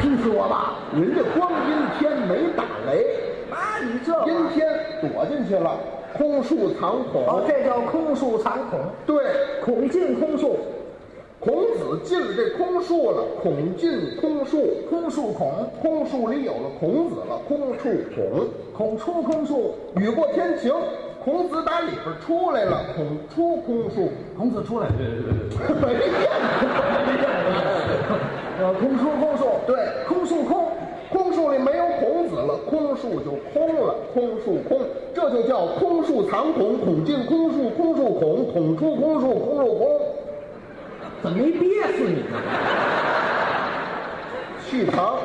[SPEAKER 9] 劈死我吧！
[SPEAKER 11] 您这光阴天没打雷，
[SPEAKER 9] 啊，你这玩意
[SPEAKER 11] 阴
[SPEAKER 9] 儿
[SPEAKER 11] 天躲进去了，空树藏孔。
[SPEAKER 9] 哦，这叫空树藏孔，
[SPEAKER 11] 对，
[SPEAKER 9] 孔进空树，
[SPEAKER 11] 孔子进了这空树了，孔进空树，
[SPEAKER 9] 空树孔，
[SPEAKER 11] 空树里有了孔子了，空树孔。
[SPEAKER 9] 孔出空树。
[SPEAKER 11] 雨过天晴，孔子打里边出来了，孔出空树，
[SPEAKER 9] 孔子出来，
[SPEAKER 11] 没见
[SPEAKER 9] 呃，空出空树，
[SPEAKER 11] 对
[SPEAKER 9] 空树空，
[SPEAKER 11] 空树里没有孔子了，空树就空了，空树空，这就叫空树藏孔，孔进空树，空树孔，孔出空树，空树空。
[SPEAKER 9] 怎么没憋死你呢？
[SPEAKER 11] 续藏，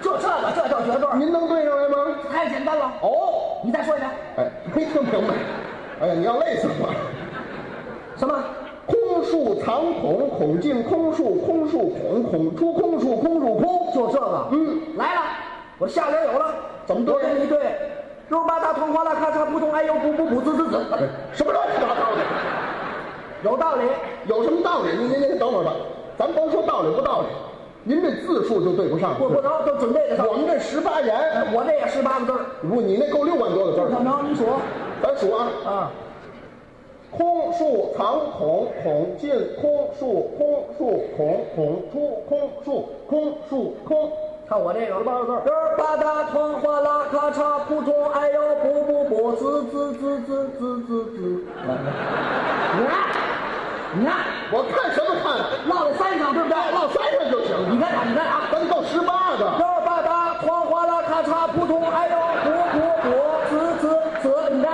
[SPEAKER 9] 这这个这叫绝对儿，
[SPEAKER 11] 您能对上来吗？
[SPEAKER 9] 太简单了。
[SPEAKER 11] 哦，
[SPEAKER 9] 你再说一遍，
[SPEAKER 11] 哎，没听明白。哎呀，你要累死我了。
[SPEAKER 9] 什么？
[SPEAKER 11] 空树藏孔，孔进空树，空树孔，孔出空树，空树空。
[SPEAKER 9] 就这个，
[SPEAKER 11] 嗯，
[SPEAKER 9] 来了，我下联有了，
[SPEAKER 11] 怎么对
[SPEAKER 9] 我给你对，肉吧嗒团哗啦咔嚓扑通哎呦补补补滋滋滋，
[SPEAKER 11] 哎什么乱七八糟的？
[SPEAKER 9] 有道理。
[SPEAKER 11] 有什么道理？您您您等会儿吧，咱甭说道理不道理，您这字数就对不上。
[SPEAKER 9] 不不着，就准备着上。哎
[SPEAKER 11] 我们这十八言，
[SPEAKER 9] 我这也十八个字儿，
[SPEAKER 11] 不，你那够六万多个字
[SPEAKER 9] 怎
[SPEAKER 11] 儿。
[SPEAKER 9] 么着？你数
[SPEAKER 11] 咱数啊，
[SPEAKER 9] 啊，
[SPEAKER 11] 空树藏孔，孔进空树，空树孔，孔出空树，空树空。
[SPEAKER 9] 看我这个
[SPEAKER 11] 十八个字儿
[SPEAKER 9] 嘚儿吧嗒，哐哗啦，咔嚓，扑通，哎呦，补补补，滋滋滋滋滋滋滋。你看，你看，
[SPEAKER 11] 我看什么看？
[SPEAKER 9] 落了三上，对不对？
[SPEAKER 11] 落三上就行。
[SPEAKER 9] 你看啊，你看啊，
[SPEAKER 11] 咱够十八
[SPEAKER 9] 嘚
[SPEAKER 11] 个，
[SPEAKER 9] 儿吧嗒，哐哗啦，咔嚓，扑通，哎呦，补补补，滋滋滋。你看，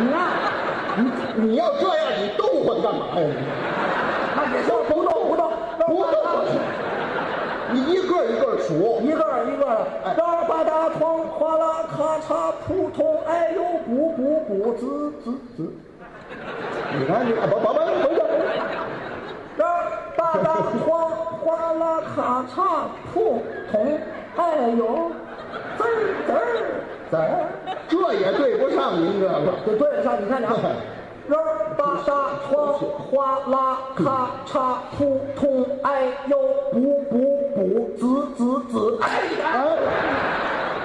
[SPEAKER 9] 你看，你
[SPEAKER 11] 你要这样，你动换干嘛呀？
[SPEAKER 9] 那也行，不动不动，
[SPEAKER 11] 不动你一个一个数。哎
[SPEAKER 9] 一个儿一个儿的，哒儿吧嗒，哐哗啦，咔嚓，扑通，哎呦，补补补，滋滋滋，
[SPEAKER 11] 你看你，啊甭甭甭回去，回去
[SPEAKER 9] 哒儿吧嗒，哐哗啦，咔嚓，扑通，哎呦，滋儿滋儿滋儿，
[SPEAKER 11] 这也对不上您这个。
[SPEAKER 9] 就对得上，你看着啊，哒儿吧嗒，哐哗啦，咔嚓，扑通，哎呦，补补补，滋滋滋，哎呀，
[SPEAKER 11] 哎，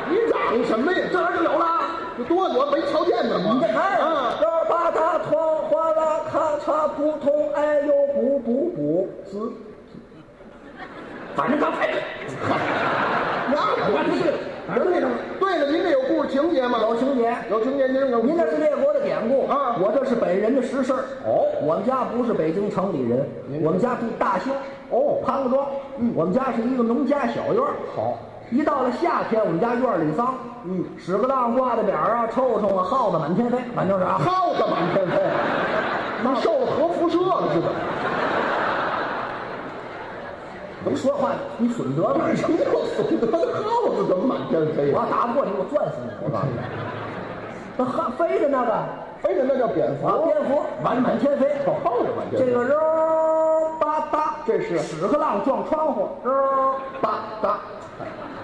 [SPEAKER 11] 你嚷什么呀？
[SPEAKER 9] 这玩意儿就有了啊。
[SPEAKER 11] 这多我没瞧见呢吗？
[SPEAKER 9] 你这看
[SPEAKER 11] 啊，
[SPEAKER 9] 这儿吧嗒哐哗啦咔嚓扑通，哎呦补补补，滋，反正他配，
[SPEAKER 11] 那
[SPEAKER 9] 反正是，反正对上了。
[SPEAKER 11] 对了，您这有故事情节吗？
[SPEAKER 9] 有情节，
[SPEAKER 11] 有情节，您有
[SPEAKER 9] 您这是列国的典故
[SPEAKER 11] 啊
[SPEAKER 9] 我这是本人的实事儿
[SPEAKER 11] 哦
[SPEAKER 9] 我们家不是北京城里人，
[SPEAKER 11] 您
[SPEAKER 9] 我们家住大兴
[SPEAKER 11] 哦
[SPEAKER 9] 潘各庄，嗯，我们家是一个农家小院儿
[SPEAKER 11] 好。
[SPEAKER 9] 一到了夏天，我们家院儿里脏，
[SPEAKER 11] 嗯
[SPEAKER 9] 屎壳郎、挂的扁儿啊、臭虫啊、耗子满天飞，反正是啊。
[SPEAKER 11] 耗子满天飞，那受了核辐射了是吧？
[SPEAKER 9] 能说话你损德吗？
[SPEAKER 11] 什么叫损德？耗子怎么满天飞
[SPEAKER 9] 我要？打不过你，我钻死你！我告诉你，那哈飞的那个啊，
[SPEAKER 11] 哎呀，那叫蝙蝠，
[SPEAKER 9] 蝙蝠满满天飞，
[SPEAKER 11] 好耗子满天
[SPEAKER 9] 这
[SPEAKER 11] 飞。
[SPEAKER 9] 个肉吧嗒，
[SPEAKER 11] 这是
[SPEAKER 9] 屎壳郎撞窗户，肉吧嗒。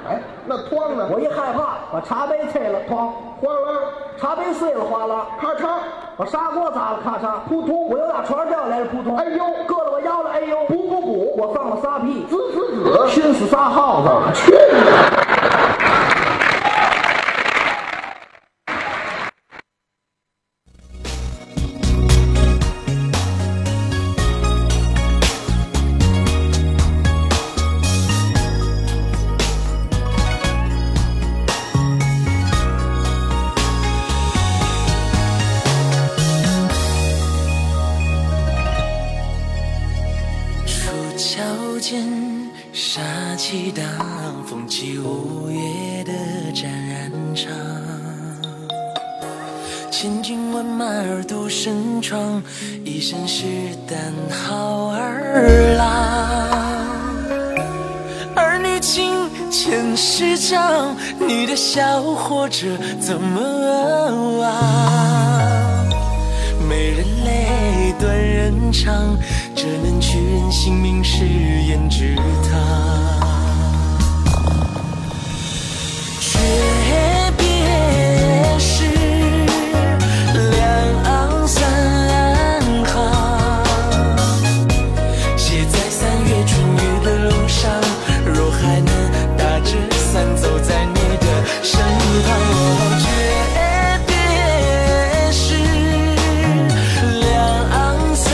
[SPEAKER 11] 哎，那哐呢？
[SPEAKER 9] 我一害怕，把茶杯碎了，哐！
[SPEAKER 11] 哗啦，
[SPEAKER 9] 茶杯碎了，哗啦！
[SPEAKER 11] 咔嚓，
[SPEAKER 9] 把砂锅砸了，咔嚓！
[SPEAKER 11] 扑通
[SPEAKER 9] 我又打床上掉下来了，扑通！
[SPEAKER 11] 哎呦
[SPEAKER 9] 硌了我腰了，哎呦！
[SPEAKER 11] 补补补，
[SPEAKER 9] 我放了仨屁，
[SPEAKER 11] 滋滋滋。
[SPEAKER 9] 熏死仨耗子了。
[SPEAKER 11] 啊去你！
[SPEAKER 4] 树桥间，杀气大，风起五月的展然场。千军万马耳度身闯，一身是胆好儿郎。儿女情千师长，你的笑活着怎么啊忘？美人泪，断人肠，这能取人性命是胭脂糖。诀别时，两岸三行。写在三月春雨的路上，若还能打着伞走在你的身旁，我诀别时，两岸三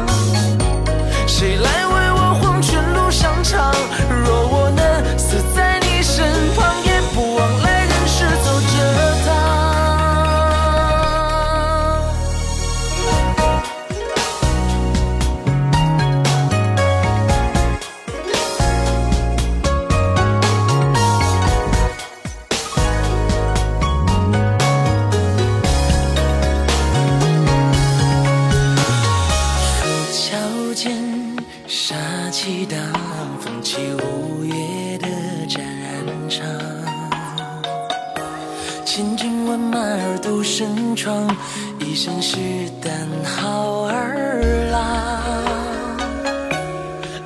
[SPEAKER 4] 行。谁来为我黄泉路上唱？若我能死在你身旁，也不枉来人世走这趟。桥间，杀气大，风起五月的展然场。千军万马耳度身闯，一身是胆好儿郎。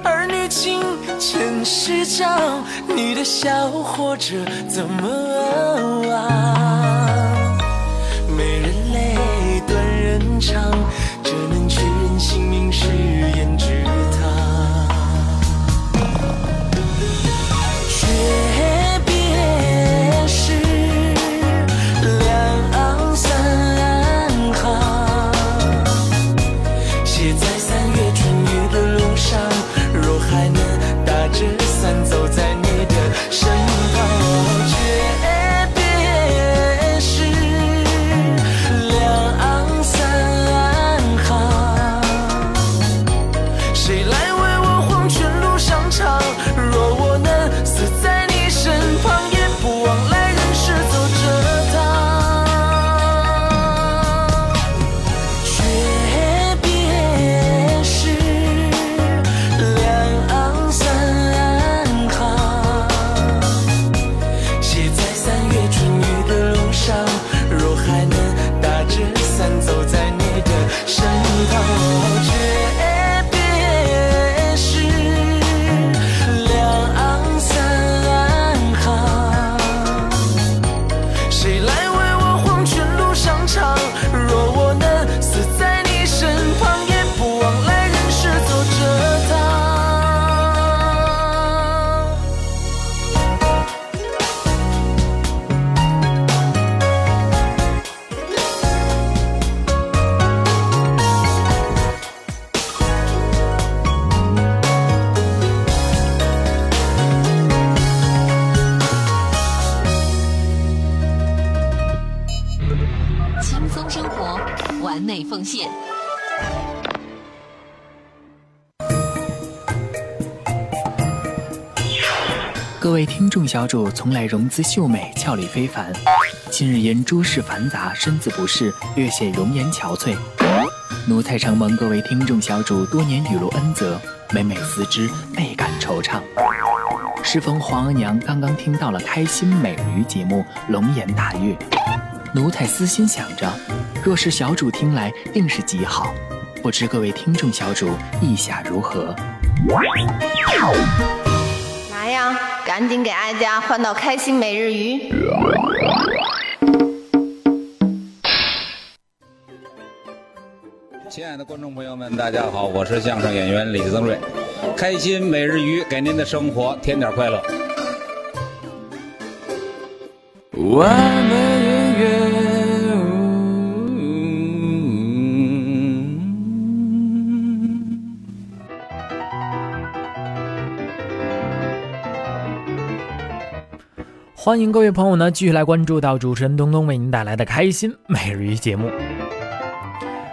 [SPEAKER 4] 儿女情千师长，你的笑活着怎啊么忘？美人泪，断人肠，这能取人性命是胭脂糖。诀别时，两岸三行。写在三月春雨的路上，若还能打着伞走在你的身旁，诀别时，两岸三行。谁来为我黄泉路上唱？若我能死在你身旁，也不枉来人世走这趟。诀别时，两岸三行。写在三月春雨的路上，若还能打着伞走在你的身旁，诀别时，两岸三行。谁来为我黄泉路上唱？若我能死在你身旁，也不枉来人世走这趟。
[SPEAKER 12] 轻松生活，完美奉献。
[SPEAKER 13] 各位听众小主从来容姿秀美，俏丽非凡，近日因诸事繁杂，身子不适，略显容颜憔悴。奴才承蒙各位听众小主多年雨露恩泽，每每思之，倍感惆怅。适逢皇额娘刚刚听到了《开心美驴》节目，龙颜大悦。奴才私心想着，若是小主听来，定是极好。不知各位听众小主意下如何？
[SPEAKER 14] 哪样？赶紧给哀家换到开心每日鱼。
[SPEAKER 15] 亲爱的观众朋友们，大家好，我是相声演员李增瑞。开心每日鱼给您的生活添点快乐。
[SPEAKER 16] 完美音乐。
[SPEAKER 8] 欢迎各位朋友呢，继续来关注到主持人东东为您带来的开心每日一节目。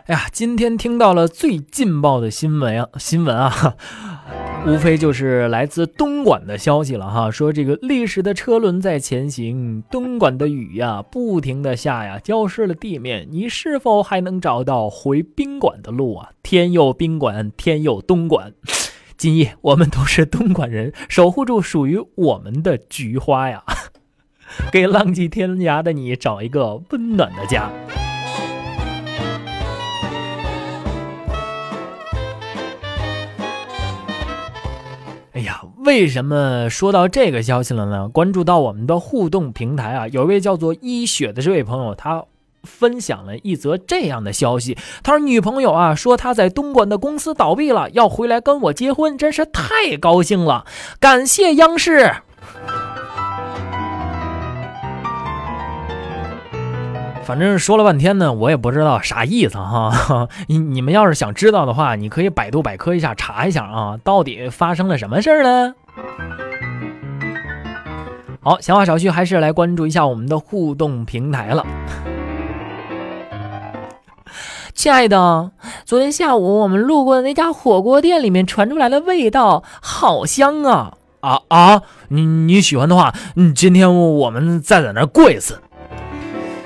[SPEAKER 8] 哎呀，今天听到了最劲爆的新闻啊，新闻啊， <laughs> 无非就是来自东莞的消息了哈，说这个历史的车轮在前行，东莞的雨呀、不停的下呀，浇湿了地面，你是否还能找到回宾馆的路啊？天佑宾馆，天佑东莞！ <laughs> 今夜我们都是东莞人，守护住属于我们的菊花呀。给浪迹天涯的你找一个温暖的家。哎呀，为什么说到这个消息了呢？关注到我们的互动平台啊，有一位叫做一雪的这位朋友，他分享了一则这样的消息，他说女朋友啊说他在东莞的公司倒闭了，要回来跟我结婚，真是太高兴了，感谢央视。反正说了半天呢，我也不知道啥意思哈。 <laughs> 你你们要是想知道的话，你可以百度百科一下查一下啊，到底发生了什么事儿呢？好，闲话少叙，还是来关注一下我们的互动平台了。 <laughs>
[SPEAKER 17] 亲爱的，昨天下午我们路过的那家火锅店里面传出来的味道，好香啊！
[SPEAKER 8] 啊啊，你你喜欢的话，嗯，今天我们再在那儿过一次。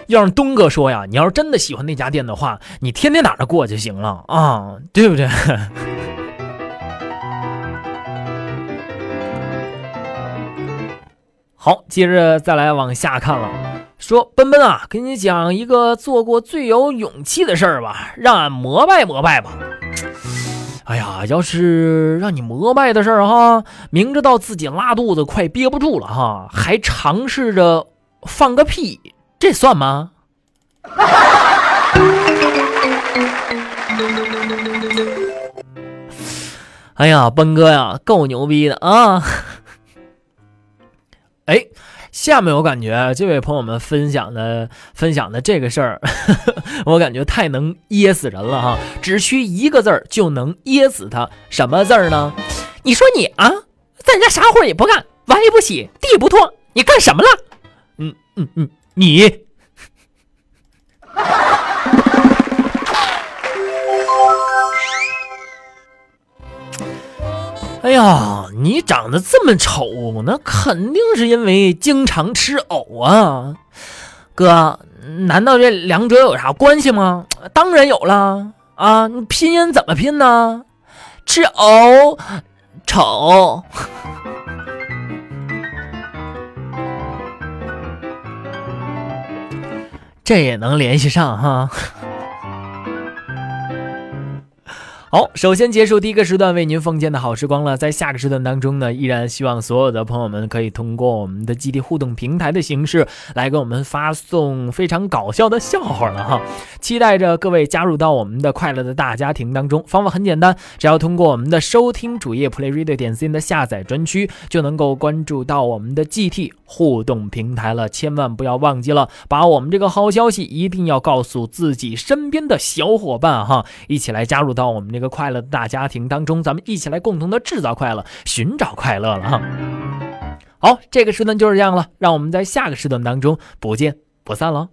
[SPEAKER 8] 要是东哥说呀，你要是真的喜欢那家店的话，你天天打那过就行了啊，对不对？ <laughs> 好，接着再来往下看了。说奔奔啊，给你讲一个做过最有勇气的事儿吧，让俺膜拜膜拜吧。哎呀，要是让你膜拜的事儿哈，明知道自己拉肚子快憋不住了哈，还尝试着放个屁。这算吗？ <laughs> 哎呀，奔哥呀，够牛逼的啊！哎，下面我感觉这位朋友们分享的分享的这个事儿， <laughs> 我感觉太能噎死人了哈！只需一个字儿就能噎死他，什么字儿呢？
[SPEAKER 17] 你说你啊，在家啥活也不干，碗也不洗，地不拖，你干什么了？
[SPEAKER 8] 嗯嗯嗯。你，哎呀，你长得这么丑，那肯定是因为经常吃藕啊，
[SPEAKER 17] 哥，难道这两者有啥关系吗？
[SPEAKER 8] 当然有了啊，你拼音怎么拼呢？
[SPEAKER 17] 吃藕，丑。
[SPEAKER 8] 这也能联系上哈。好，首先结束第一个时段为您奉献的好时光了。在下个时段当中呢，依然希望所有的朋友们可以通过我们的基地互动平台的形式来给我们发送非常搞笑的笑话了哈。期待着各位加入到我们的快乐的大家庭当中。方法很简单，只要通过我们的收听主页 playradio 点 cn 的下载专区，就能够关注到我们的 GT 互动平台了。千万不要忘记了，把我们这个好消息一定要告诉自己身边的小伙伴哈，一起来加入到我们这个。个快乐的大家庭当中，咱们一起来共同的制造快乐，寻找快乐了哈。好，这个时段就是这样了，让我们在下个时段当中不见不散了。